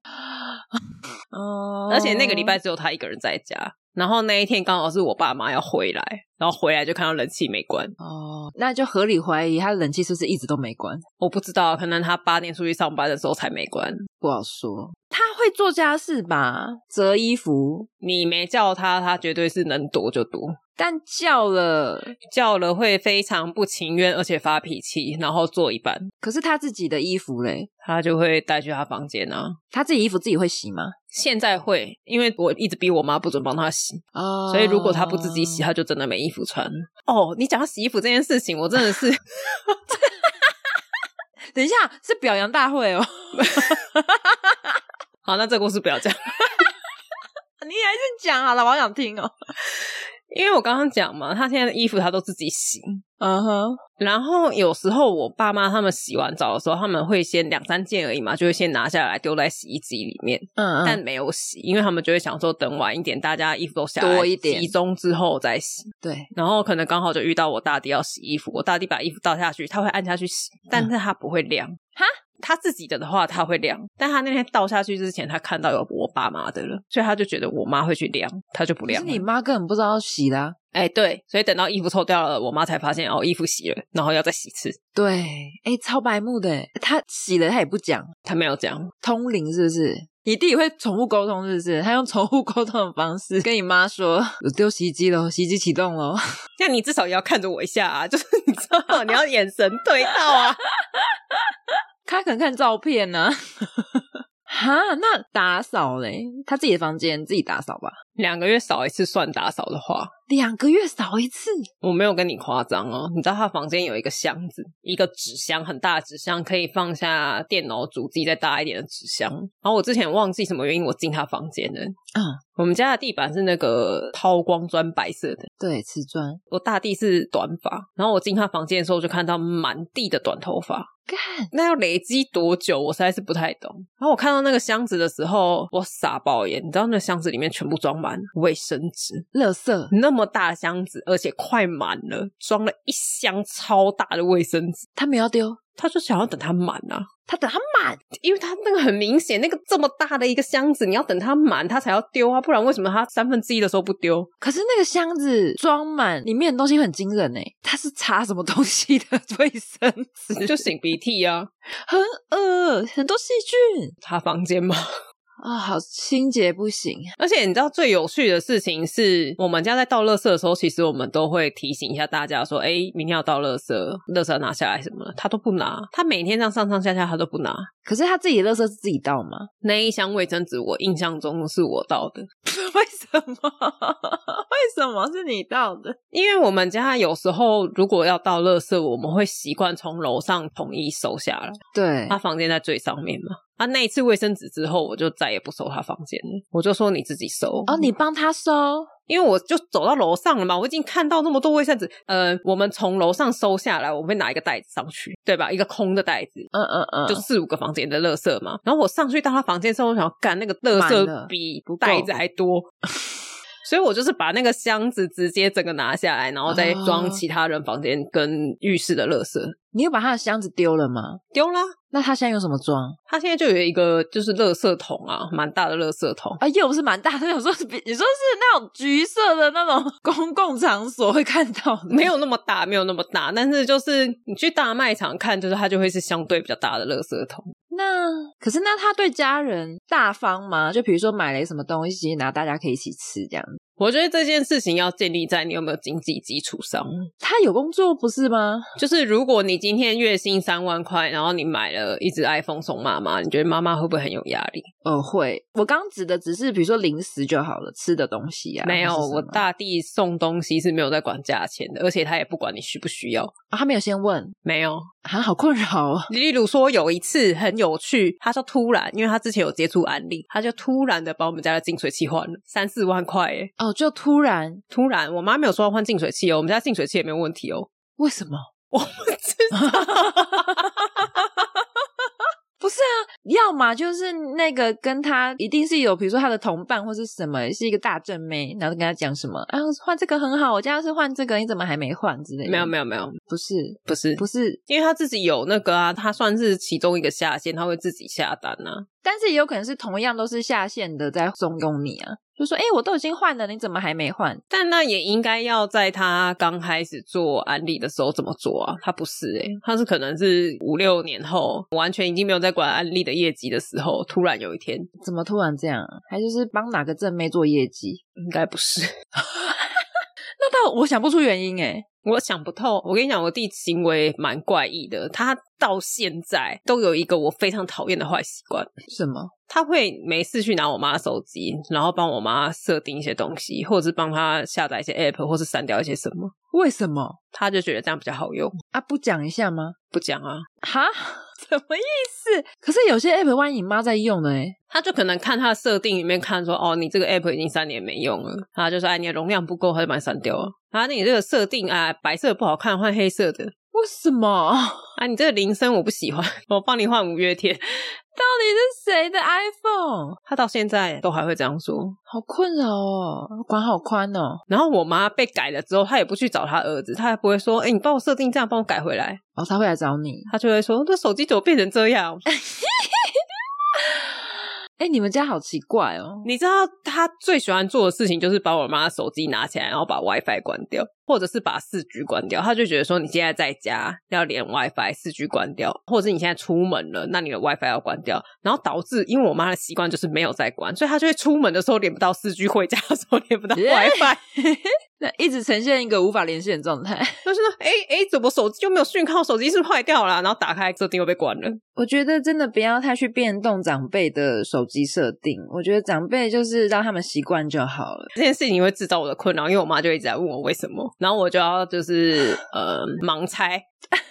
Speaker 2: 哦
Speaker 1: 而且那个礼拜只有他一个人在家。然后那一天刚好是我爸妈要回来，然后回来就看到冷气没关，
Speaker 2: 哦，那就合理怀疑他冷气是不是一直都没关，
Speaker 1: 我不知道，可能他八点出去上班的时候才没关。
Speaker 2: 不好说。他会做家事吧？折衣服，
Speaker 1: 你没叫他，他绝对是能躲就躲。
Speaker 2: 但叫了，
Speaker 1: 叫了会非常不情愿，而且发脾气，然后做一半，
Speaker 2: 可是他自己的衣服嘞，
Speaker 1: 他就会带去他房间啊。
Speaker 2: 他自己衣服自己会洗吗？
Speaker 1: 现在会，因为我一直逼我妈不准帮他洗，
Speaker 2: 啊
Speaker 1: 所以如果他不自己
Speaker 2: 哦
Speaker 1: 洗，他就真的没衣服穿。哦，你讲到洗衣服这件事情，我真的是
Speaker 2: 等一下是表扬大会哦，
Speaker 1: 好，那这个故事不要讲，
Speaker 2: 你还是讲好了，我好想听哦。
Speaker 1: 因为我刚刚讲嘛，他现在的衣服他都自己洗，
Speaker 2: 嗯哼，
Speaker 1: 然后有时候我爸妈他们洗完澡的时候，他们会先两三件而已嘛，就会先拿下来丢在洗衣机里面，
Speaker 2: 嗯
Speaker 1: 但
Speaker 2: 但
Speaker 1: 没有洗，因为他们就会想说等晚一点大家衣服都下来
Speaker 2: 多一点
Speaker 1: 集中之后再洗。
Speaker 2: 对，
Speaker 1: 然后可能刚好就遇到我大弟要洗衣服，我大弟把衣服倒下去，他会按下去洗，但是他不会晾。
Speaker 2: 嗯哈，
Speaker 1: 他自己的的话他会晾，但他那天倒下去之前，他看到有我爸妈的了，所以他就觉得我妈会去晾，他就不
Speaker 2: 可是
Speaker 1: 晾了。
Speaker 2: 你妈根本不知道洗啦、
Speaker 1: 哎、对，所以等到衣服臭掉了，我妈才发现哦，衣服洗了，然后要再洗一次。
Speaker 2: 对，哎、超白目的欸，他洗了他也不讲，
Speaker 1: 他没有这样，
Speaker 2: 通灵是不是？你弟会宠物沟通是不是？他用宠物沟通的方式跟你妈说：“我丢洗衣机喽，洗衣机启动喽。
Speaker 1: 那你至少也要看着我一下啊，就是 你知道，你要眼神对到啊。”
Speaker 2: 他可能看照片呢、 哈，那打扫嘞？他自己的房间自己打扫吧。
Speaker 1: 两个月扫一次算打扫的话，
Speaker 2: 两个月扫一次，
Speaker 1: 我没有跟你夸张哦，你知道他房间有一个箱子，一个纸箱，很大的纸箱，可以放下电脑主机再大一点的纸箱。然后我之前忘记什么原因我进他房间了。
Speaker 2: 嗯，
Speaker 1: 我们家的地板是那个抛光砖白色的，
Speaker 2: 对，瓷砖。
Speaker 1: 我大弟是短发，然后我进他房间的时候就看到满地的短头发，
Speaker 2: 干，
Speaker 1: 那要累积多久，我实在是不太懂。然后我看到那个箱子的时候，我傻爆眼，你知道那箱子里面全部装满卫生纸，
Speaker 2: 垃圾，
Speaker 1: 那么大的箱子，而且快满了，装了一箱超大的卫生纸。
Speaker 2: 他没有丢，
Speaker 1: 他就想要等它满啊，
Speaker 2: 他等他满。
Speaker 1: 因为他那个很明显，那个这么大的一个箱子，你要等它满，他才要丢啊，不然为什么他三分之一的时候不丢？
Speaker 2: 可是那个箱子装满里面的东西很惊人诶，他是擦什么东西的卫生纸？
Speaker 1: 就擤鼻涕啊，
Speaker 2: 很恶，很多细菌
Speaker 1: 他房间嘛。
Speaker 2: 啊、好清洁不行。
Speaker 1: 而且你知道最有趣的事情是，我们家在倒垃圾的时候，其实我们都会提醒一下大家说，哎、明天要倒垃圾，垃圾要拿下来什么的，他都不拿，他每天这样上上下下他都不拿。
Speaker 2: 可是他自己的垃圾是自己倒吗？
Speaker 1: 那一箱卫生纸，我印象中是我倒的，
Speaker 2: 为什么？ 为什么是你倒的？
Speaker 1: 因为我们家有时候如果要倒垃圾，我们会习惯从楼上统一收下来。
Speaker 2: 对
Speaker 1: 他，房间在最上面嘛。啊，那一次卫生纸之后，我就再也不收他房间了。我就说你自己收
Speaker 2: 哦，你帮他收，
Speaker 1: 因为我就走到楼上了嘛，我已经看到那么多卫生纸。呃，我们从楼上收下来，我会拿一个袋子上去，对吧？一个空的袋子，
Speaker 2: 嗯嗯嗯，
Speaker 1: 就四五个房间的垃圾嘛。然后我上去到他房间之后，我想要干那个垃
Speaker 2: 满了
Speaker 1: 圾比
Speaker 2: 不够
Speaker 1: 袋子还多， 所以我就是把那个箱子直接整个拿下来，然后再装
Speaker 2: 哦
Speaker 1: 其他人房间跟浴室的垃圾
Speaker 2: 你有把他的箱子丢了吗？
Speaker 1: 丢啦。
Speaker 2: 那他现在用什么装？
Speaker 1: 他现在就有一个就是垃圾桶啊，蛮大的垃圾桶。
Speaker 2: 啊，又不是蛮大的，我说是比你说是那种橘色的那种公共场所会看到的，
Speaker 1: 没有那么大，没有那么大，但是就是你去大卖场看，就是它就会是相对比较大的垃圾桶。
Speaker 2: 那可是那他对家人大方吗？就比如说买了什么东西，然后大家可以一起吃这样。
Speaker 1: 我觉得这件事情要建立在你有没有经济基础上。
Speaker 2: 他有工作不是吗？
Speaker 1: 就是如果你今天月薪三万块，然后你买了一只 iPhone 送妈妈，你觉得妈妈会不会很有压力？
Speaker 2: 呃，会。我刚指的只是比如说零食就好了，吃的东西啊。
Speaker 1: 没有，
Speaker 2: 或是什么
Speaker 1: 我大弟送东西是没有在管价钱的，而且他也不管你需不需要。
Speaker 2: 啊他没有先问，
Speaker 1: 没有，
Speaker 2: 啊，好困扰哦。
Speaker 1: 例如说有一次很有趣，他就突然，因为他之前有接触安利，他就突然的把我们家的净水器换了三四万块，耶！
Speaker 2: 哦，就突然
Speaker 1: 突然，我妈没有说要换净水器哦，我们家净水器也没有问题哦。
Speaker 2: 为什么？
Speaker 1: 我不知道，
Speaker 2: 不是啊，要么就是那个跟他一定是有，比如说他的同伴或是什么，是一个大正妹，然后跟他讲什么啊，换这个很好，我家是换这个，你怎么还没换之类的。
Speaker 1: 没有没有没有，
Speaker 2: 不是，
Speaker 1: 不是，
Speaker 2: 不是，
Speaker 1: 因为他自己有那个啊，他算是其中一个下线，他会自己下单啊。
Speaker 2: 但是也有可能是同样都是下线的在怂恿你啊，就说哎、诶我都已经换了，你怎么还没换？
Speaker 1: 但那也应该要在他刚开始做安利的时候怎么做啊？他不是诶、他是可能是五六年后，完全已经没有在管安利的业绩的时候，突然有一天，
Speaker 2: 怎么啊突然这样？还就是帮哪个正妹做业绩？
Speaker 1: 应该不是。
Speaker 2: 那到我想不出原因哎，
Speaker 1: 我想不透。我跟你讲，我弟行为蛮怪异的，他到现在都有一个我非常讨厌的坏习惯，
Speaker 2: 什么？
Speaker 1: 他会没事去拿我妈的手机，然后帮我妈设定一些东西，或者是帮她下载一些 app，或是删掉一些什么，
Speaker 2: 为什么
Speaker 1: 他就觉得这样比较好用。
Speaker 2: 啊？不讲一下吗？
Speaker 1: 不讲啊，
Speaker 2: 哈？ 什么意思？可是有些 app 万一你妈在用呢？哎，
Speaker 1: 他就可能看他的设定里面看说，哦，你这个 app 已经三年没用了，他就说，哎，你的容量不够，他就把你删掉啊。啊，你这个设定啊，白色不好看，换黑色的。
Speaker 2: 为什么？
Speaker 1: 啊，你这个铃声我不喜欢，我帮你换五月天。
Speaker 2: 到底是谁的 iPhone？
Speaker 1: 他到现在都还会这样说。
Speaker 2: 好困扰哦，管好宽哦。
Speaker 1: 然后我妈被改了之后，她也不去找她儿子，她还不会说，哎，你帮我设定这样，帮我改回来。
Speaker 2: 哦，他会来找你。
Speaker 1: 她就会说，这手机怎么变成这样？
Speaker 2: 哎，你们家好奇怪哦。
Speaker 1: 你知道他最喜欢做的事情就是把我妈的手机拿起来，然后把 WiFi 关掉，或者是把四 G 关掉。他就觉得说，你现在在家要连 WiFi 四 G 关掉，或者是你现在出门了，那你的 WiFi 要关掉。然后导致，因为我妈的习惯就是没有在关，所以她就会出门的时候连不到四 G，回家的时候连不到 WiFi。
Speaker 2: 那一直呈现一个无法连线的状态。
Speaker 1: 就是说，哎哎，怎么手机就没有讯号？手机是不是坏掉了啊、然后打开设定又被关了。
Speaker 2: 我觉得真的不要太去变动长辈的手机设定。我觉得长辈就是让他们习惯就好了。
Speaker 1: 这件事情会制造我的困扰，因为我妈就一直在问我为什么，然后我就要就是呃盲猜，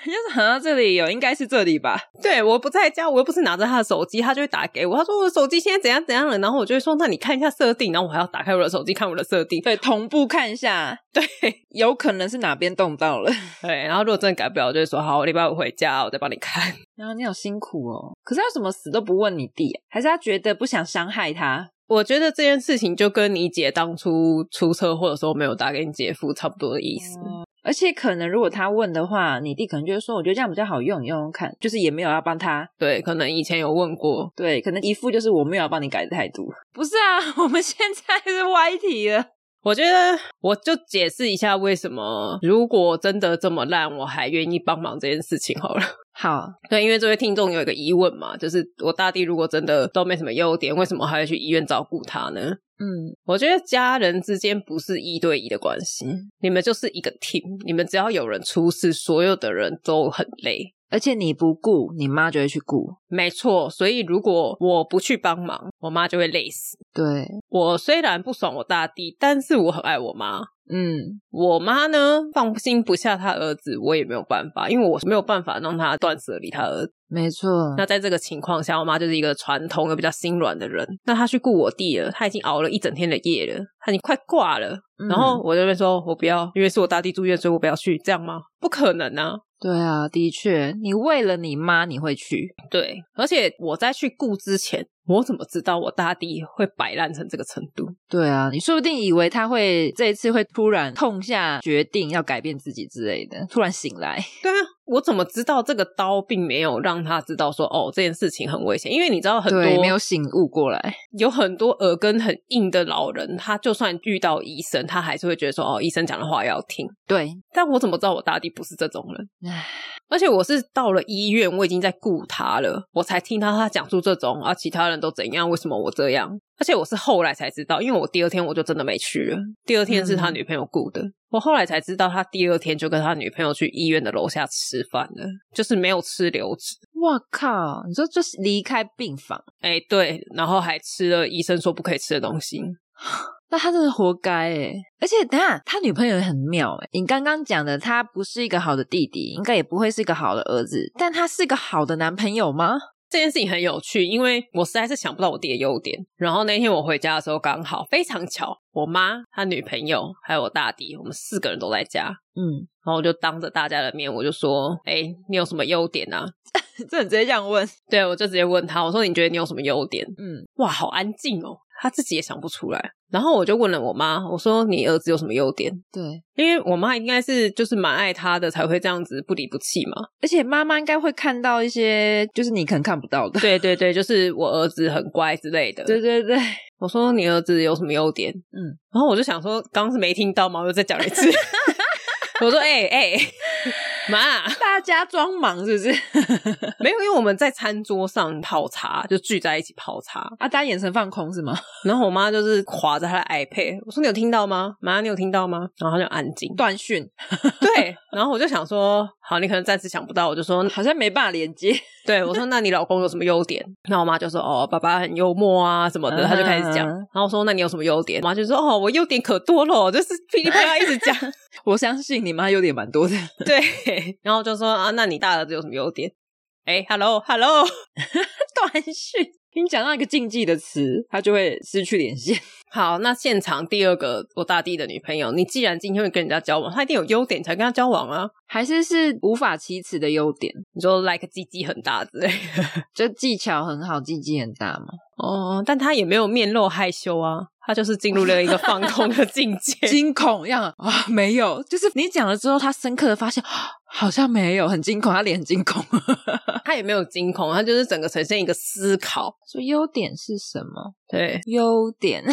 Speaker 2: 就是好像这里有，应该是这里吧？
Speaker 1: 对我不在家，我又不是拿着她的手机，她就会打给我，她说我的手机现在怎样怎样了，然后我就会说那你看一下设定，然后我还要打开我的手机看我的设定，
Speaker 2: 对，同步看一下，
Speaker 1: 对
Speaker 2: 有可能是哪边动到了。
Speaker 1: 对，然后如果真的改不了，我就会说好，我礼拜五回家，我再帮你看。
Speaker 2: 然后你好辛苦哦。可是他怎么死都不问你弟、还是他觉得不想伤害他？
Speaker 1: 我觉得这件事情就跟你姐当初出车祸的时候没有打给你姐夫差不多的意思。
Speaker 2: 而且可能如果他问的话，你弟可能就会说：“我觉得这样比较好用，你用用看。”就是也没有要帮他，
Speaker 1: 对，可能以前有问过，
Speaker 2: 对，可能一副就是我没有要帮你改的态度。不是啊， 我们现在是歪题了。
Speaker 1: 我觉得我就解释一下为什么，如果真的这么烂，我还愿意帮忙这件事情好了。
Speaker 2: 好，
Speaker 1: 对，因为这位听众有一个疑问嘛，就是我大弟如果真的都没什么优点，为什么还要去医院照顾他呢？
Speaker 2: 嗯，
Speaker 1: 我觉得家人之间不是一对一的关系，你们就是一个 team，你们只要有人出事，所有的人都很累。
Speaker 2: 而且你不顾，你妈就会去顾。
Speaker 1: 没错，所以如果我不去帮忙，我妈就会累死。
Speaker 2: 对，
Speaker 1: 我虽然不爽我大弟，但是我很爱我妈。
Speaker 2: 嗯，
Speaker 1: 我妈呢，放心不下她儿子，我也没有办法，因为我没有办法让她断舍离她儿子。
Speaker 2: 没错
Speaker 1: 那在这个情况下，我妈就是一个传统又比较心软的人。那她去顾我弟了，她已经熬了一整天的夜了，她已经快挂了。
Speaker 2: 嗯
Speaker 1: 然后我这边说，我不要，因为是我大弟住院，所以我不要去，这样吗？不可能啊！
Speaker 2: 对啊，的确，你为了你妈，你会去。
Speaker 1: 对，而且我在去顾之前，我怎么知道我大弟会摆烂成这个程度？
Speaker 2: 对啊，你说不定以为他会这一次会突然痛下决定要改变自己之类的，突然醒来。
Speaker 1: 对啊，我怎么知道这个刀并没有让他知道说哦这件事情很危险？因为你知道很多
Speaker 2: 对，没有醒悟过来。
Speaker 1: 有很多耳根很硬的老人，他就算遇到医生，他还是会觉得说哦医生讲的话要听。
Speaker 2: 对，
Speaker 1: 但我怎么知道我大弟不是这种人？
Speaker 2: 唉，
Speaker 1: 而且我是到了医院，我已经在顾他了，我才听到他讲出这种啊，其他人都怎样，为什么我这样？而且我是后来才知道，因为我第二天我就真的没去了，第二天是他女朋友雇的。我后来才知道，他第二天就跟他女朋友去医院的楼下吃饭了，就是没有吃流质。
Speaker 2: 哇靠！你说就是离开病房，
Speaker 1: 哎，对，然后还吃了医生说不可以吃的东西。
Speaker 2: 那他真的活该诶而且等一下他女朋友也很妙诶你刚刚讲的他不是一个好的弟弟，应该也不会是一个好的儿子，但他是个好的男朋友吗？
Speaker 1: 这件事情很有趣，因为我实在是想不到我弟的优点。然后那天我回家的时候，刚好非常巧，我妈、她女朋友还有我大弟，我们四个人都在家。
Speaker 2: 嗯，
Speaker 1: 然后我就当着大家的面，我就说：“哎、你有什么优点啊
Speaker 2: 这你直接这样问，？”
Speaker 1: 对，我就直接问他，我说：“你觉得你有什么优点
Speaker 2: 嗯，？”
Speaker 1: 哇，好安静哦，他自己也想不出来。然后我就问了我妈，我说：“你儿子有什么优点
Speaker 2: 对。？”
Speaker 1: 因为我妈应该是就是蛮爱他的，才会这样子不离不弃嘛。
Speaker 2: 而且妈妈应该会看到一些，就是你可能看不到 的。
Speaker 1: 对对对，就是我儿子很乖之类的。
Speaker 2: 对对对，
Speaker 1: 我说：“你儿子有什么优点？”
Speaker 2: 嗯，
Speaker 1: 然后我就想说，刚刚是没听到吗？我又再讲一次。我说：“哎、哎、 妈，
Speaker 2: 大家装忙是不是？
Speaker 1: 没有，因为我们在餐桌上泡茶，就聚在一起泡茶。
Speaker 2: 啊，大家眼神放空是吗？。
Speaker 1: 然后我妈就是划着她的 iPad，我说你有听到吗？妈，你有听到吗？然后她就安静
Speaker 2: 断讯，
Speaker 1: 对，然后我就想说，好，你可能暂时想不到，我就说，
Speaker 2: 好像没办法连 接。
Speaker 1: 对我说，那你老公有什么优点？那我妈就说，哦，爸爸很幽默啊什么的，
Speaker 2: 嗯
Speaker 1: 她就开始讲。然后我说，那你有什么优点？我妈就说，哦，我优点可多了，就是噼里啪啦一直讲。
Speaker 2: 我相信你妈优点蛮多的，
Speaker 1: 对，然后就说啊，那你大儿子有什么优点？哎，hello，hello，
Speaker 2: 断讯。你讲到一个禁忌的词，他就会失去连 线。
Speaker 1: 好，那现场第二个我大弟的女朋友，你既然今天会跟人家交往，她一定有优点才跟她交往啊。
Speaker 2: 还是是无法启齿的优点，
Speaker 1: 你说 like 鸡鸡很大之类的，
Speaker 2: 就技巧很好，技技很大嘛。。
Speaker 1: 哦，但她也没有面露害羞啊，她就是进入了一个放空的境界
Speaker 2: 惊恐样啊、没有，就是你讲了之后，他深刻的发现啊好像没有，很惊恐，他脸很惊恐。
Speaker 1: 她也没有惊恐，她就是整个呈现一个思考。
Speaker 2: 说优点是什么？
Speaker 1: 对
Speaker 2: 优点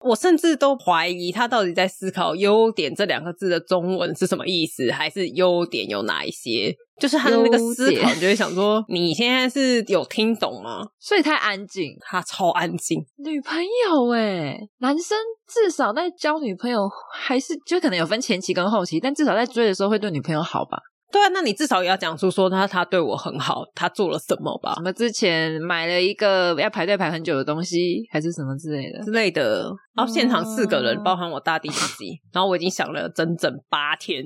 Speaker 1: 我甚至都怀疑她到底在思考“优点”这两个字的中文是什么意思，还是优点有哪一些？就是她的那个思
Speaker 2: 优
Speaker 1: 考，
Speaker 2: 点
Speaker 1: 你就会想说，你现在是有听懂吗？
Speaker 2: 所以太安静。
Speaker 1: 她超安静。
Speaker 2: 女朋友哎，男生至少在交女朋友，还是就可能有分前期跟后期，但至少在追的时候会对女朋友好吧？
Speaker 1: 对啊，那你至少也要讲出说他他对我很好，他做了什么吧
Speaker 2: 我们之前买了一个要排队排很久的东西，还是什么之类的。
Speaker 1: 之类的。然后现场四个人，
Speaker 2: 嗯
Speaker 1: 包含我大弟自己，然后我已经想了整整八天。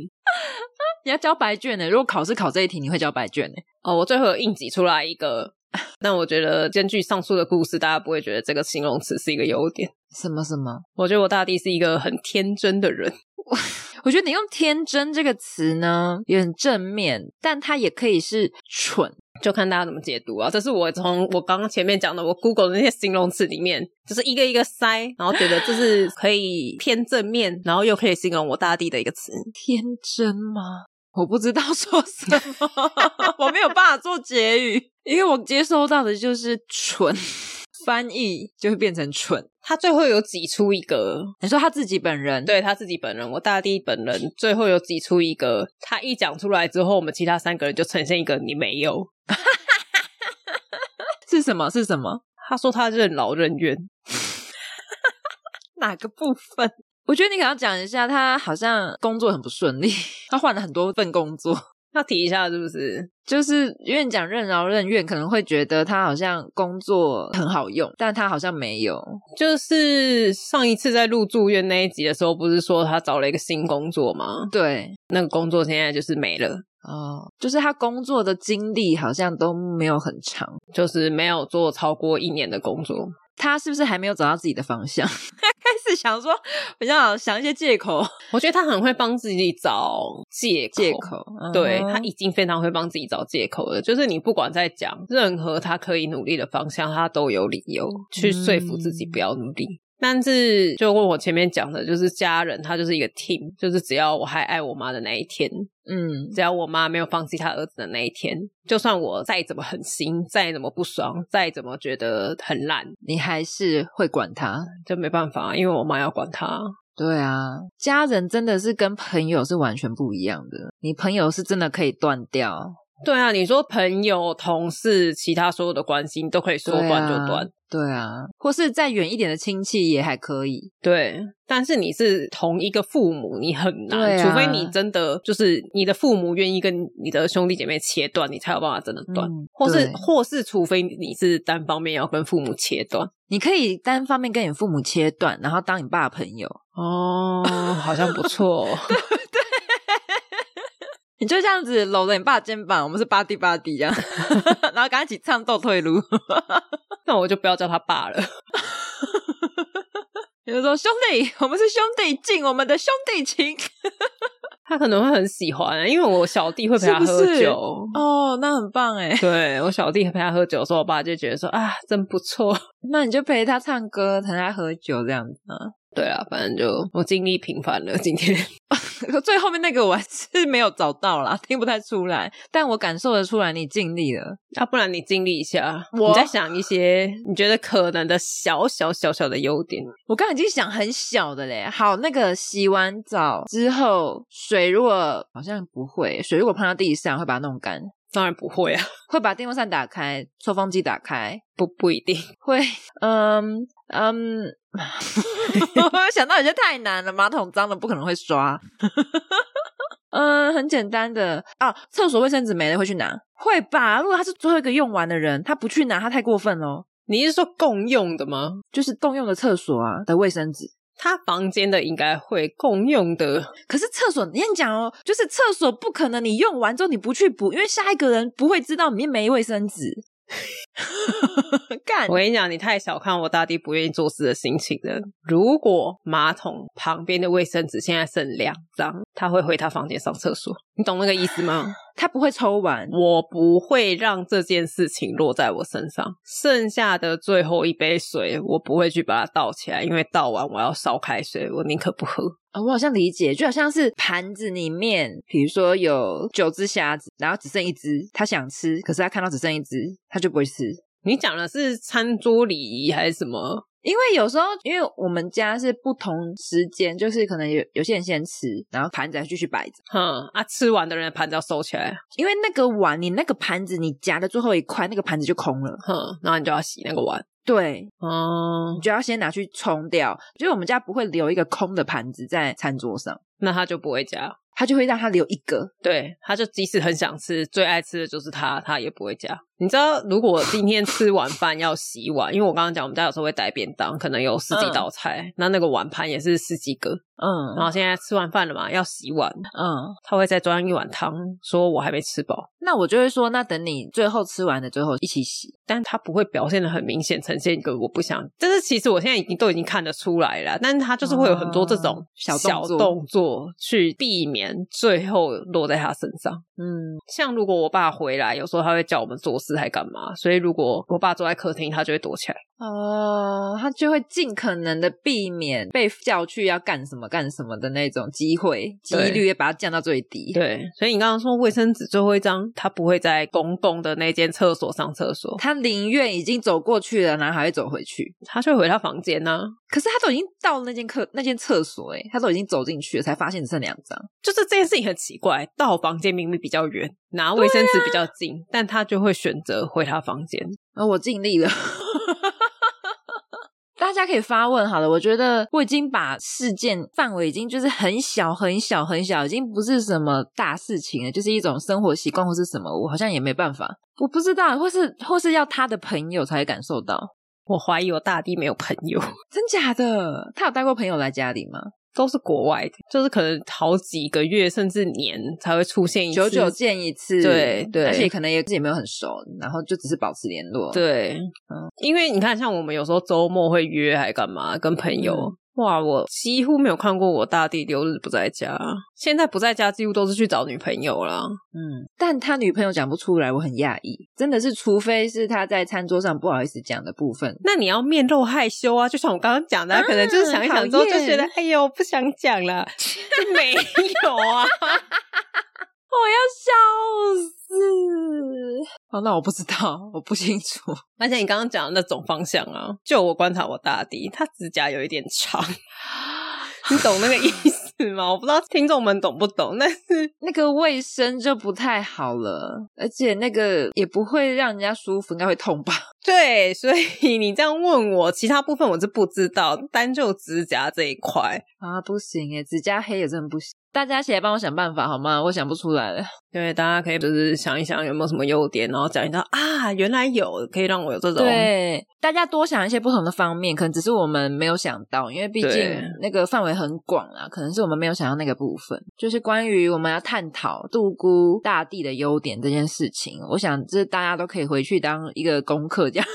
Speaker 2: 你要交白卷欸呢？如果考试考这一题，你会交白卷呢？欸
Speaker 1: 哦，我最后有硬挤出来一个， 但我觉得根据上述的故事，大家不会觉得这个形容词是一个优点。
Speaker 2: 什么什么？
Speaker 1: 我觉得我大弟是一个很天真的人，
Speaker 2: 我觉得你用“天真”这个词呢，也很正面，但它也可以是蠢。
Speaker 1: 就看大家怎么解读啊。这是我从我刚刚前面讲的，我 Google 的那些形容词里面，就是一个一个筛，然后觉得这是可以偏正面，然后又可以形容我大弟的一个词。
Speaker 2: 天真吗？我不知道 说什么，我没有办法做结语，因为我接收到的就是蠢，翻译就会变成蠢。
Speaker 1: 他最后有挤出一个，
Speaker 2: 你说他自己本人，，
Speaker 1: 对他自己本人，我大弟本人最后有挤出一个，他一讲出来之后，我们其他三个人就呈现一个你没有。
Speaker 2: 是什么？是什么？
Speaker 1: 他说他任劳任怨，
Speaker 2: 哪个部分？我觉得你可能要讲一下，他好像工作很不顺利，他换了很多份工作。
Speaker 1: 要提一下是不是？
Speaker 2: 就是因为你讲任劳任怨，可能会觉得他好像工作很好用，但他好像没有。
Speaker 1: 就是上一次在录住院那一集的时候，不是说他找了一个新工作吗？
Speaker 2: 对，
Speaker 1: 那个工作现在就是没了，
Speaker 2: 哦，就是他工作的经历好像都没有很长。
Speaker 1: 就是没有做超过一年的工作。
Speaker 2: 他是不是还没有找到自己的方向？ 开始想说，比较想一些借口，
Speaker 1: 我觉得他很会帮自己找借口，
Speaker 2: 借口。嗯
Speaker 1: 对他已经非常会帮自己找借口了，就是你不管在讲任何他可以努力的方向，他都有理由去说服自己
Speaker 2: 嗯
Speaker 1: 不要努力。但是就问我前面讲的，就是家人，他就是一个 team，就是只要我还爱我妈的那一天，
Speaker 2: 嗯，
Speaker 1: 只要我妈没有放弃她儿子的那一天，就算我再怎么狠心，再怎么不爽，再怎么觉得很烂，
Speaker 2: 你还是会管他。
Speaker 1: 就没办法，因为我妈要管他。
Speaker 2: 对啊，家人真的是跟朋友是完全不一样的。你朋友是真的可以断掉，
Speaker 1: 对啊，你说朋友、同事、其他所有的关系，你都可以说
Speaker 2: 对
Speaker 1: 断
Speaker 2: 啊
Speaker 1: 就断。
Speaker 2: 对啊，或是再远一点的亲戚也还可以。
Speaker 1: 对，但是你是同一个父母，你很难，
Speaker 2: 对啊
Speaker 1: 除非你真的就是你的父母愿意跟你的兄弟姐妹切断，你才有办法真的断，
Speaker 2: 嗯
Speaker 1: 或是
Speaker 2: 对
Speaker 1: 或是除非你是单方面要跟父母切断。
Speaker 2: 你可以单方面跟你父母切断，然后当你爸的朋友，
Speaker 1: 哦，好像不错。
Speaker 2: 哦你就这样子搂着你爸的肩膀，我们是巴蒂巴蒂这样， 然后跟他一起唱《斗退路》，
Speaker 1: 那我就不要叫他爸了。
Speaker 2: 你就说兄弟，我们是兄弟，敬我们的兄弟情。
Speaker 1: 他可能会很喜欢，啊因为我小弟会陪他
Speaker 2: 是不
Speaker 1: 喝
Speaker 2: 是
Speaker 1: 酒。
Speaker 2: 哦，那很棒哎，
Speaker 1: 对我小弟陪他喝酒的时候，我爸就觉得说啊，真不错。
Speaker 2: 那你就陪他唱歌，陪他喝酒这样子啊。
Speaker 1: 对啊，反正就我经历平凡了今天。
Speaker 2: 最后面那个我还是没有找到啦，听不太出来，但我感受得出来你尽力了。
Speaker 1: 要、啊不然你经历一下，啊
Speaker 2: 我
Speaker 1: 你在想一些你觉得可能的小小小小的优点。
Speaker 2: 我刚刚已经想很小的嘞。好，那个洗完澡之后，水如果好像不会，水如果碰到地上会把它弄干，
Speaker 1: 当然不会啊，
Speaker 2: 会把电风扇打开，抽风机打开，
Speaker 1: 不不一定。
Speaker 2: 会，嗯嗯， 我想到有些太难了，马桶脏了不可能会刷。嗯，很简单的啊，厕所卫生纸没了会去拿，会吧？如果他是最后一个用完的人，他不去拿，他太过分喽。
Speaker 1: 你是说共用的吗？
Speaker 2: 就是共用的厕所啊的卫生纸，
Speaker 1: 他房间的应该会共用的，
Speaker 2: 可是厕所，你先讲哦，就是厕所不可能你用完之后你不去补，因为下一个人不会知道里面没卫生 纸。干
Speaker 1: 我，跟你讲，你太小看我大弟不愿意做事的心情了。如果马桶旁边的卫生纸现在剩两张，他会回他房间上厕所，你懂那个意思吗？
Speaker 2: 他不会抽完，
Speaker 1: 我不会让这件事情落在我身上。剩下的最后一杯水，我不会去把它倒起来，因为倒完我要烧开水，我宁可不喝。
Speaker 2: 啊我好像理解，就好像是盘子里面，比如说有九只虾子，然后只剩一只，他想吃，可是他看到只剩一只，他就不会吃。
Speaker 1: 你讲的是餐桌礼仪还是什么？
Speaker 2: 因为有时候，因为我们家是不同时间，就是可能有有些人先吃，然后盘子还继续摆着。
Speaker 1: 哼啊，吃完的人的盘子要收起来，
Speaker 2: 因为那个碗，你那个盘子，你夹的最后一块，那个盘子就空了。
Speaker 1: 哼，然后你就要洗那个碗。
Speaker 2: 对，
Speaker 1: 哦
Speaker 2: 你，就要先拿去冲掉。就是我们家不会留一个空的盘子在餐桌上，
Speaker 1: 那他就不会加。
Speaker 2: 他就会让他留一个。
Speaker 1: 对，他就即使很想吃，最爱吃的就是他，他也不会加。你知道，如果今天吃晚饭要洗碗，因为我刚刚讲我们家有时候会带便当，可能有十几
Speaker 2: 嗯
Speaker 1: 道菜，那那个碗盘也是十几个，然
Speaker 2: 嗯
Speaker 1: 后现在吃完饭了嘛，要洗碗，
Speaker 2: 嗯，
Speaker 1: 他会再装一碗汤，说我还没吃饱，
Speaker 2: 那我就会说，那等你最后吃完的最后一起洗。
Speaker 1: 但他不会表现的很明显，呈现一个我不想。但是其实我现在已经都已经看得出来了，但是他就是会有很多这种
Speaker 2: 哦小
Speaker 1: 小
Speaker 2: 动作
Speaker 1: 动作去避免最后落在他身上。
Speaker 2: 嗯，
Speaker 1: 像如果我爸回来，有时候他会叫我们做事还干嘛，所以如果我爸坐在客厅，他就会躲起来。
Speaker 2: 哦，他就会尽可能的避免被叫去要干什么干什么的那种机会，几
Speaker 1: 对
Speaker 2: 率也把它降到最低。，
Speaker 1: 对，所以你刚刚说卫生纸最后一张，他不会在公共的那间厕所上厕所，
Speaker 2: 他宁愿已经走过去了，然后还会走回去。
Speaker 1: 他就会回他房间啊呢、
Speaker 2: 可是他都已经到了那间客那间厕所、欸，他都已经走进去了，才发现只剩两张。
Speaker 1: 就是这件事情很奇怪，到房间明明比较远，拿卫生纸比较近，但他就会选择回他房间。
Speaker 2: 啊、我尽力了。 大家可以发问好了，我觉得我已经把事件范围已经就是很小很小很小，已经不是什么大事情了，就是一种生活习惯或是什么，我好像也没办法，我不知道，或是或是要他的朋友才会感受到，
Speaker 1: 我怀疑我大弟没有朋友，
Speaker 2: 真假的？他有带过朋友来家里吗？
Speaker 1: 都是国外的，就是可能好几个月甚至年才会出现一次。
Speaker 2: 久久见一次，
Speaker 1: 对对
Speaker 2: 而且可能也自己没有很熟，然后就只是保持联络，，
Speaker 1: 对，
Speaker 2: 嗯
Speaker 1: 因为你看，像我们有时候周末会约还干嘛，跟朋友。
Speaker 2: 嗯
Speaker 1: 哇，我几乎没有看过我大弟六日不在家，现在不在家几乎都是去找女朋友啦。
Speaker 2: 嗯，但他女朋友讲不出来，我很讶异，真的是，除非是他在餐桌上不好意思讲的部分，
Speaker 1: 那你要面露害羞啊，就像我刚刚讲的啊、
Speaker 2: 啊
Speaker 1: 可能就是想一想之后就
Speaker 2: 讨厌
Speaker 1: 觉得，哎呦，不想讲 了，就没有啊。
Speaker 2: 我要笑死！哦，那我不知道，我不清楚。
Speaker 1: 而且你刚刚讲的那种方向啊，就我观察我大弟，他指甲有一点 长，你懂那个意思吗？我不知道听众们懂不懂，但是
Speaker 2: 那个卫生就不太好了，而且那个也不会让人家舒服，应该会痛吧？
Speaker 1: 对，所以你这样问我，其他部分我是不知道，单就指甲这一块，
Speaker 2: 啊，不行诶指甲黑也真的不行。大家一起来帮我想办法好吗？我想不出来了。
Speaker 1: 对，大家可以就是想一想有没有什么优点，然后讲一讲啊，原来有可以让我有这种
Speaker 2: 对，大家多想一些不同的方面，可能只是我们没有想到，因为毕竟
Speaker 1: 对
Speaker 2: 那个范围很广啊，可能是我们没有想到那个部分，就是关于我们要探讨杜姑大地的优点这件事情，我想这大家都可以回去当一个功课这样。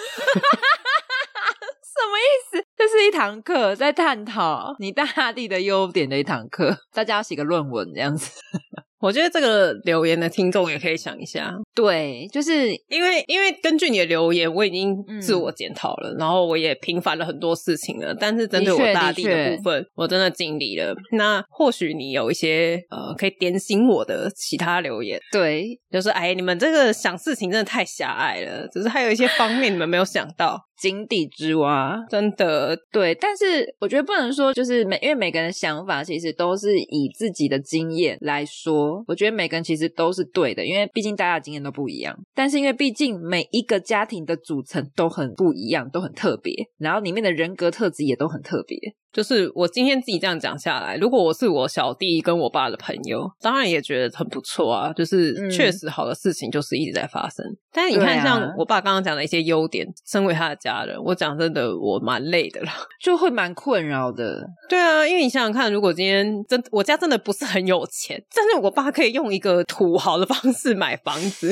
Speaker 2: 什么意思？这是一堂课，在探讨你大地的优点的一堂课，大家要写个论文这样子。
Speaker 1: 我觉得这个留言的听众也可以想一下，
Speaker 2: 对，就是
Speaker 1: 因为因为根据你的留言，我已经
Speaker 2: 嗯
Speaker 1: 自我检讨了，然后我也平反了很多事情了。但是针对
Speaker 2: 的确
Speaker 1: 我大地
Speaker 2: 的
Speaker 1: 的
Speaker 2: 确
Speaker 1: 部分，我真的尽力了。那或许你有一些呃可以点醒我的其他留言，
Speaker 2: 对，
Speaker 1: 就是哎，你们这个想事情真的太狭隘了，只是还有一些方面你们没有想到，
Speaker 2: 井底之蛙。
Speaker 1: 真的
Speaker 2: 对，但是我觉得不能说就是每，因为每个人的想法其实都是以自己的经验来说，我觉得每个人其实都是对的，因为毕竟大家的经验都不一样。但是因为毕竟每一个家庭的组成都很不一样，都很特别，然后里面的人格特质也都很特别。
Speaker 1: 就是我今天自己这样讲下来，如果我是我小弟跟我爸的朋友，当然也觉得很不错啊。就是
Speaker 2: 嗯
Speaker 1: 确实好的事情就是一直在发生。但是你
Speaker 2: 对
Speaker 1: 看，
Speaker 2: 啊
Speaker 1: 像我爸刚刚讲的一些优点，身为他的家人，我讲真的，我蛮累的了。
Speaker 2: 就会蛮困扰的，
Speaker 1: 对啊，因为你想想看，如果今天真我家真的不是很有钱，但是我爸可以用一个土豪的方式买房子，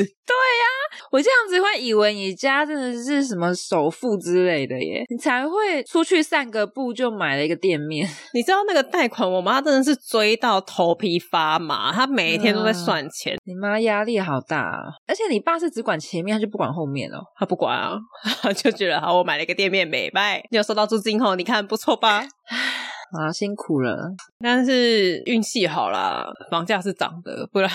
Speaker 2: 我这样子会以为你家真的是什么首富之类的耶，你才会出去散个步就买了一个店面。
Speaker 1: 你知道那个贷款，我妈真的是追到头皮发麻，她每一天都在算钱，
Speaker 2: 你妈压力好大、啊，而且你爸是只管前面，他就不管后面哦。
Speaker 1: 她不管啊， 就觉得好，我买了一个店面，美拜，你有收到租金后，你看不错吧？
Speaker 2: 啊，辛苦了。
Speaker 1: 但是运气好啦，房价是涨的，不然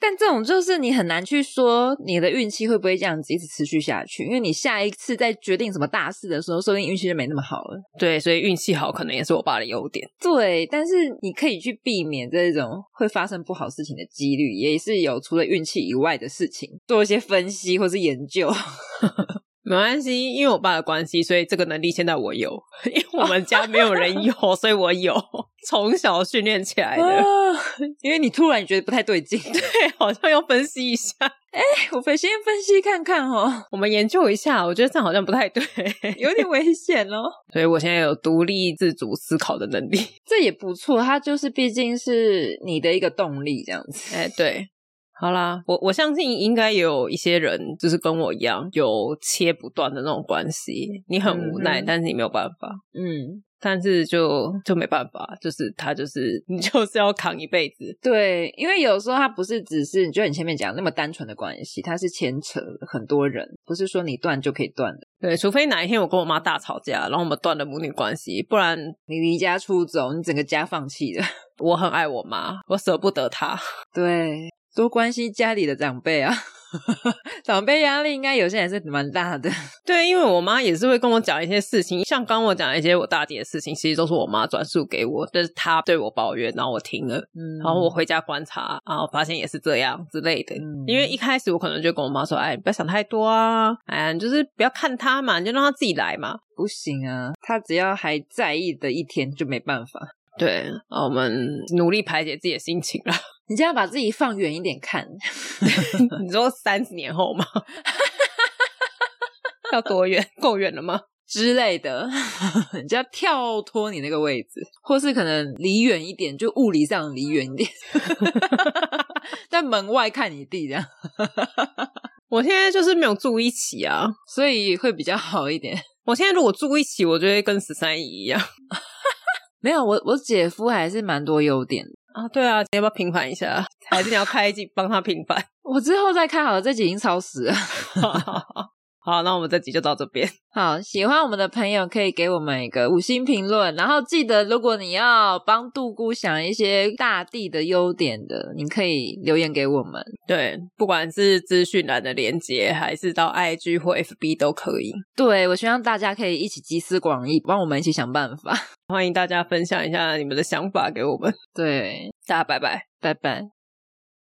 Speaker 2: 但这种就是你很难去说你的运气会不会这样子一直持续下去，因为你下一次在决定什么大事的时候，说不定运气就没那么好了。
Speaker 1: 对，所以运气好可能也是我爸的优点。
Speaker 2: 对，但是你可以去避免这种会发生不好事情的几率，也是有除了运气以外的事情，做一些分析或是研 究。
Speaker 1: 没关系，因为我爸的关系，所以这个能力现在我有，因为我们家没有人有，所以我有，从小训练起来的。
Speaker 2: 啊因为你突然觉得不太对劲，
Speaker 1: 对，好像要分析一下，
Speaker 2: 我们先分析看看哦，
Speaker 1: 我们研究一下，我觉得这样好像不太对。
Speaker 2: 有点危险哦。
Speaker 1: 所以我现在有独立自主思考的能力。
Speaker 2: 这也不错，它就是毕竟是你的一个动力，这样子。
Speaker 1: 哎、对，好啦，我我相信应该也有一些人就是跟我一样有切不断的那种关系，你很无奈，
Speaker 2: 嗯哼
Speaker 1: 但是你没有办法。
Speaker 2: 嗯，
Speaker 1: 但是就就没办法，就是他就是你就是要扛一辈子，
Speaker 2: 对，因为有时候它不是只是就你前面讲那么单纯的关系，它是牵扯很多人，不是说你断就可以断的。
Speaker 1: 对，除非哪一天我跟我妈大吵架，然后我们断了母女关系，不然
Speaker 2: 嗯你离家出走，你整个家放弃了。
Speaker 1: 我很爱我妈，我舍不得她。
Speaker 2: 对，多关心家里的长辈啊， 长辈压力应该有些人是蛮大的。
Speaker 1: 对，因为我妈也是会跟我讲一些事情，像刚我讲的一些我大姐的事情，其实都是我妈转述给我，但是她对我抱怨，然后我听了，
Speaker 2: 嗯，
Speaker 1: 然后我回家观察，然后发现也是这样之类的。
Speaker 2: 嗯
Speaker 1: 因为一开始我可能就跟我妈说：“哎，你不要想太多啊，哎呀，你就是不要看她嘛，你就让她自己来嘛。
Speaker 2: 不行啊，他只要还在意的一天就没办法。”
Speaker 1: 对，啊我们努力排解自己的心情 啦。
Speaker 2: 你这样把自己放远一点看，
Speaker 1: 你说三十年后吗？ 要多远？够远了吗？
Speaker 2: 之类的，你就要跳脱你那个位置，或是可能离远一点，就物理上离远一点， 在门外看你弟这样，
Speaker 1: 我现在就是没有住一起啊。
Speaker 2: 所以会比较好一点。
Speaker 1: 我现在如果住一起，我就会跟十三姨一样。
Speaker 2: 没有，我我姐夫还是蛮多优点的。
Speaker 1: 啊，对啊，你要不要平反一下？还是你要开一集帮他平反？
Speaker 2: 我之后再看好了，这集已经超时了。
Speaker 1: 好，那我们这集就到这边。
Speaker 2: 好，喜欢我们的朋友可以给我们一个五星评论，然后记得，如果你要帮杜姑想一些大地的优点的，你可以留言给我们。
Speaker 1: 对，不管是资讯栏的连接，还是到 IG 或 FB 都可以。
Speaker 2: 对我希望大家可以一起集思广益，帮我们一起想办法。
Speaker 1: 欢迎大家分享一下你们的想法给我们。
Speaker 2: 对，
Speaker 1: 大家拜拜。
Speaker 2: 拜拜。